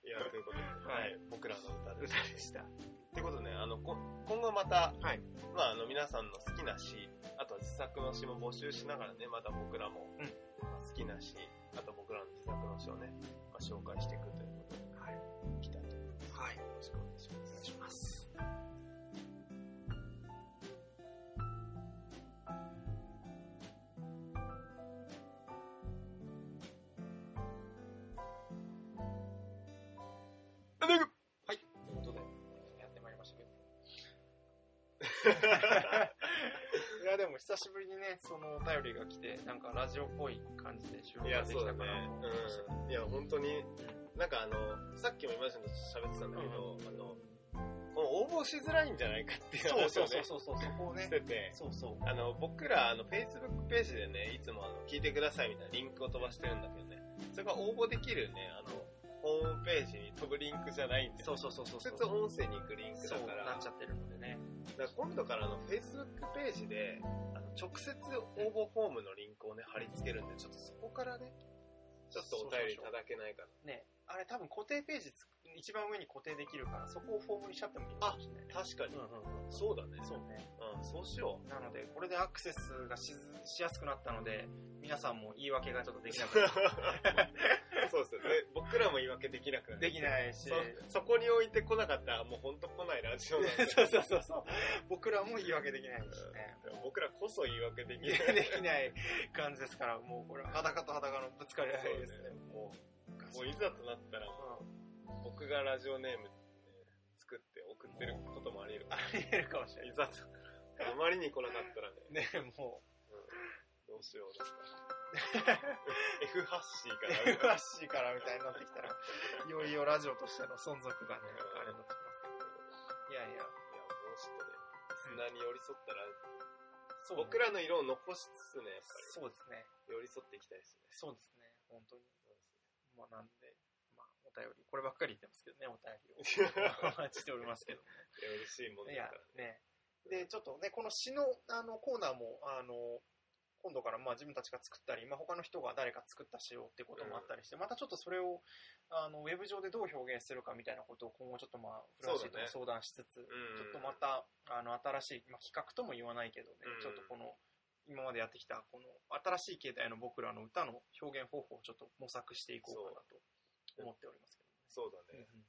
[SPEAKER 2] や、 *laughs* ということで、
[SPEAKER 1] は
[SPEAKER 2] はいい、僕らの歌
[SPEAKER 1] す。
[SPEAKER 2] です。
[SPEAKER 1] 歌でした。
[SPEAKER 2] ってことでね、あの、こ今後また、
[SPEAKER 1] はい
[SPEAKER 2] まあ、あの、皆さんの好きな詩、あとは自作の詩も募集しながらね、また僕らも、
[SPEAKER 1] うん
[SPEAKER 2] まあ好きな詩、あと僕らの自作の詩をね、まあ、紹介していくということで、
[SPEAKER 1] はい。
[SPEAKER 2] いきたいと思います。
[SPEAKER 1] はい
[SPEAKER 2] よろしくお願いします。
[SPEAKER 1] お願いします。はい。ということで、やってまいりましたけど。いや、でも久しぶりにね、そのお便りが来て、なんかラジオっぽい感じで収録
[SPEAKER 2] い
[SPEAKER 1] が
[SPEAKER 2] や、
[SPEAKER 1] で
[SPEAKER 2] そ
[SPEAKER 1] き
[SPEAKER 2] うだ
[SPEAKER 1] た
[SPEAKER 2] ね
[SPEAKER 1] かなと思いましたけど。。
[SPEAKER 2] うん。いや、本当に、なんかあの、さっきも今井さんと喋ってたんだけど、あの、この応募しづらいんじゃないかっていう話を
[SPEAKER 1] そう
[SPEAKER 2] ね、
[SPEAKER 1] そうそうそう、そこをね
[SPEAKER 2] し。てて、
[SPEAKER 1] そうそう。
[SPEAKER 2] あの、僕ら、あの、Facebook ページでね、いつもあの、聞いてくださいみたいなリンクを飛ばしてるんだけどね、それが応募できるね、あの、ホームページに飛ぶリンクじゃないんで、
[SPEAKER 1] そうそうそうそう。
[SPEAKER 2] 直接音声に行くリンク
[SPEAKER 1] そ
[SPEAKER 2] だ
[SPEAKER 1] う
[SPEAKER 2] から、
[SPEAKER 1] なっちゃってるのでね。
[SPEAKER 2] だから今度からあの、Facebook ページで、あの、直接応募フォームのリンクをね、貼り付けるんで、ちょっとそこからね、ちょっとお便りいただけないかな。
[SPEAKER 1] ね、あれ多分固定ページつ、一番上に固定できるから、そこをフォームにしちゃってもいいかもしれないね。
[SPEAKER 2] 確かに
[SPEAKER 1] う、んうんうん。
[SPEAKER 2] そうだね。
[SPEAKER 1] そうね。
[SPEAKER 2] うん、そうし *laughs* よう。
[SPEAKER 1] なので、これでアクセスがしずしやすくなったので、皆さんも言い訳がちょっとできなくなっ
[SPEAKER 2] そうですよね。僕らも言い訳できなくなる
[SPEAKER 1] *laughs* できないし、
[SPEAKER 2] そ、そこに置いてこなかったら、もうほんと来ないラジオなん *laughs* で
[SPEAKER 1] *laughs* そうそうそうそう。僕らも言い訳できないしね。
[SPEAKER 2] でも僕らこそ言い訳でき
[SPEAKER 1] 言
[SPEAKER 2] な
[SPEAKER 1] い
[SPEAKER 2] い。
[SPEAKER 1] 訳
[SPEAKER 2] *laughs*
[SPEAKER 1] できない感じですから、もうこれは裸と裸のぶつかり合いですね。
[SPEAKER 2] も
[SPEAKER 1] う
[SPEAKER 2] う、もういざとなったら、
[SPEAKER 1] うん
[SPEAKER 2] 僕がラジオネームね作って送ってることもあり得る。
[SPEAKER 1] あり得るかもしれない
[SPEAKER 2] いざと、あまりに来なかったらね、。
[SPEAKER 1] ね、も
[SPEAKER 2] うんどうしようですか。F *laughs* ハッシー
[SPEAKER 1] う、
[SPEAKER 2] から
[SPEAKER 1] FRC からみたいになってきたら、 *laughs* いよいよラジオとしての存続がね、あれになってきます。いやいや、
[SPEAKER 2] いや、もうちょっとね、砂に寄り添ったら、
[SPEAKER 1] そう
[SPEAKER 2] 僕らの色を残しつつね、やっぱ
[SPEAKER 1] そうですね。
[SPEAKER 2] り寄り添っていきたいですね。
[SPEAKER 1] そうですね、本当に。まあ、なんで、まあ、お便り、こればっかり言ってますけどね、お便 *laughs* りを。
[SPEAKER 2] *laughs*
[SPEAKER 1] お待ちしておりますけど。
[SPEAKER 2] いや嬉しいもんで
[SPEAKER 1] い
[SPEAKER 2] す
[SPEAKER 1] や
[SPEAKER 2] からね。、
[SPEAKER 1] ね。で、ちょっとね、この詩のあのコーナーも、あの、今度からまあ自分たちが作ったり、まあ、他の人が誰か作った詩をってこともあったりして、またちょっとそれをあのウェブ上でどう表現するかみたいなことを今後ちょっとまあフランシーとも
[SPEAKER 2] そ
[SPEAKER 1] 相談しつつ、
[SPEAKER 2] ん
[SPEAKER 1] ちょっとまたあの新しい、まあ、企画とも言わないけどね、
[SPEAKER 2] うん
[SPEAKER 1] ちょっとこの今までやってきたこの新しい形態の僕らの歌の表現方法をちょっと模索していこうかなと思っております
[SPEAKER 2] そうだ
[SPEAKER 1] けど、
[SPEAKER 2] ね
[SPEAKER 1] ね。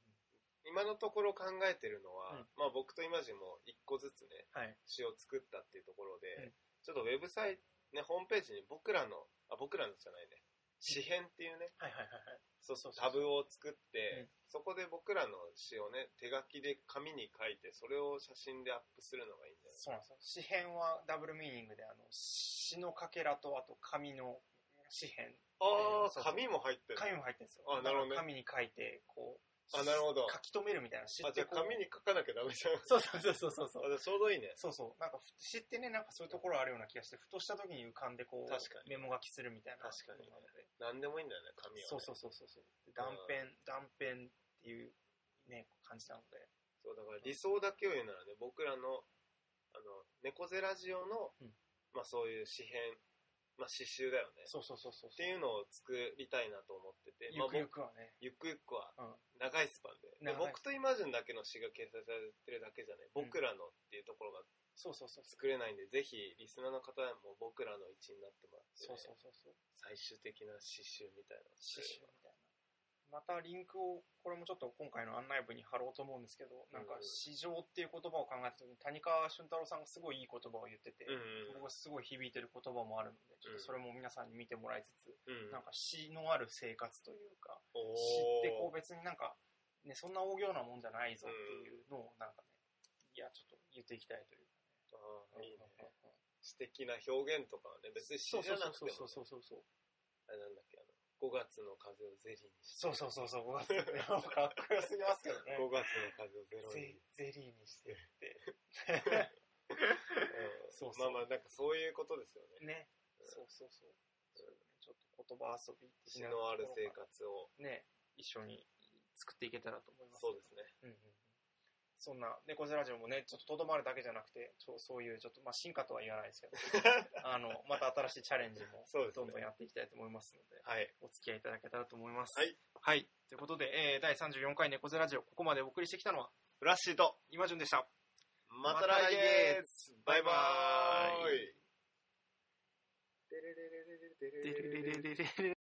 [SPEAKER 2] 今のところ考えてるのは、
[SPEAKER 1] うん
[SPEAKER 2] まあ僕とイマジンも一個ずつね、
[SPEAKER 1] はい
[SPEAKER 2] 詩を作ったっていうところで、
[SPEAKER 1] うん
[SPEAKER 2] ちょっとウェブサイト、ね、ホームページに僕らの、あ、僕らのじゃないね、詩編っていうね、
[SPEAKER 1] はいはいはいはい。
[SPEAKER 2] そうそう
[SPEAKER 1] そうそ
[SPEAKER 2] タ
[SPEAKER 1] う
[SPEAKER 2] ブを作って、
[SPEAKER 1] うん
[SPEAKER 2] そこで僕らの詩をね、手書きで紙に書いて、それを写真でアップするのがいいんじゃない
[SPEAKER 1] そうなんですよ。詩編はダブルミーニングで、あの、詩のかけらと、あと紙の詩編。
[SPEAKER 2] ああ
[SPEAKER 1] そうそう
[SPEAKER 2] ー、紙も入ってる。
[SPEAKER 1] 紙も入ってるんですよ。
[SPEAKER 2] あなるほどね
[SPEAKER 1] だから紙に書いて、こう、
[SPEAKER 2] あなるほど
[SPEAKER 1] 書き留めるみたいな。詩
[SPEAKER 2] あ、じゃあ
[SPEAKER 1] こう
[SPEAKER 2] 紙に書かなきゃダメじゃん。
[SPEAKER 1] そうそうそうそうそうそ
[SPEAKER 2] *laughs*
[SPEAKER 1] う。
[SPEAKER 2] あ、じゃあちょうどいいね。
[SPEAKER 1] そうそう。なんか、ふ詩ってね、なんかそういうところあるような気がして、ふとした時に浮かんで、こう、
[SPEAKER 2] 確かに
[SPEAKER 1] メモ書きするみたいな。
[SPEAKER 2] 確かにね
[SPEAKER 1] なので
[SPEAKER 2] なんでもいいんだよね、紙は、ね。
[SPEAKER 1] そうそうそうそうそう。で断片、断片っていうね、感じなので。
[SPEAKER 2] そう、だから理想だけを言うならね、僕らの、あの、猫背ラジオの、
[SPEAKER 1] うん
[SPEAKER 2] まあそういう詩編、まあ詩集だよね。
[SPEAKER 1] そうそうそうそ
[SPEAKER 2] っ
[SPEAKER 1] う。
[SPEAKER 2] ていうのを作りたいなと思ってて、
[SPEAKER 1] ゆく
[SPEAKER 2] まあ僕ゆ
[SPEAKER 1] ゆくはね。
[SPEAKER 2] くゆくは
[SPEAKER 1] うん
[SPEAKER 2] 長いスパンで。で
[SPEAKER 1] 長い
[SPEAKER 2] 僕とイマジンだけの詩が掲載されてるだけじゃない、
[SPEAKER 1] うん
[SPEAKER 2] 僕らのっていうところが
[SPEAKER 1] そうそうそうそう。
[SPEAKER 2] 作れないんで、ぜひリスナーの方も僕らの一員になってもらって、
[SPEAKER 1] そうそうそうそう。
[SPEAKER 2] 最終的な詩集みたいな。
[SPEAKER 1] 刺繍みたいな。またリンクを、これもちょっと今回の案内部に貼ろうと思うんですけど、なん
[SPEAKER 2] う
[SPEAKER 1] か
[SPEAKER 2] ん
[SPEAKER 1] 市場っていう言葉を考えた時に谷川俊太郎さんがすごいいい言葉を言ってて、
[SPEAKER 2] うん
[SPEAKER 1] 僕はすごい響いてる言葉もあるので、ちょっとそれも皆さんに見てもらいつつ、
[SPEAKER 2] うん。うん。
[SPEAKER 1] なんか詩のある生活というか、
[SPEAKER 2] おー
[SPEAKER 1] 詩ってこう別になんか、ね、そんな大行なもんじゃないぞっていうのをなんかね、いや、ちょっと言っていきたいという
[SPEAKER 2] あ
[SPEAKER 1] か。
[SPEAKER 2] ーいいね。詩的な表現とかはね、別に詩
[SPEAKER 1] そう
[SPEAKER 2] じ
[SPEAKER 1] そ
[SPEAKER 2] ゃ
[SPEAKER 1] う
[SPEAKER 2] なくて
[SPEAKER 1] そ
[SPEAKER 2] も、
[SPEAKER 1] うそうそうそうそう。
[SPEAKER 2] あれなんだっけ、あの、5月の風をゼリーにして。
[SPEAKER 1] そうそうそうそう、5月ってなんかかっこよすぎますけどね。
[SPEAKER 2] 5月の風をゼロに
[SPEAKER 1] ゼ。ゼリーにしてって。
[SPEAKER 2] うん
[SPEAKER 1] そうそう
[SPEAKER 2] まあまあ、なんかそういうことですよね。
[SPEAKER 1] ね。
[SPEAKER 2] うん
[SPEAKER 1] そうそうそう。そうねちょっと言葉遊び
[SPEAKER 2] 詩のある生活を、
[SPEAKER 1] ね、一緒に作っていけたらと思います。
[SPEAKER 2] そうですね。
[SPEAKER 1] うんうんうん。そんな、猫背ラジオもね、ちょっととどまるだけじゃなくて、ちょそういう、ちょっと、まあ、進化とは言わない
[SPEAKER 2] *laughs*
[SPEAKER 1] ですけど、あの、また新しいチャレンジも、
[SPEAKER 2] そうですね
[SPEAKER 1] どんどんやっていきたいと思いますので、
[SPEAKER 2] はい。
[SPEAKER 1] お付き合いいただけたらと思います。
[SPEAKER 2] はい。
[SPEAKER 1] はい。ということで、えー、第34回猫背ラジオ、ここまでお送りしてきたのは、
[SPEAKER 2] フラッシュと、
[SPEAKER 1] 今順でした。
[SPEAKER 2] また来月バイバーイ
[SPEAKER 1] デレレレレレレレレレレ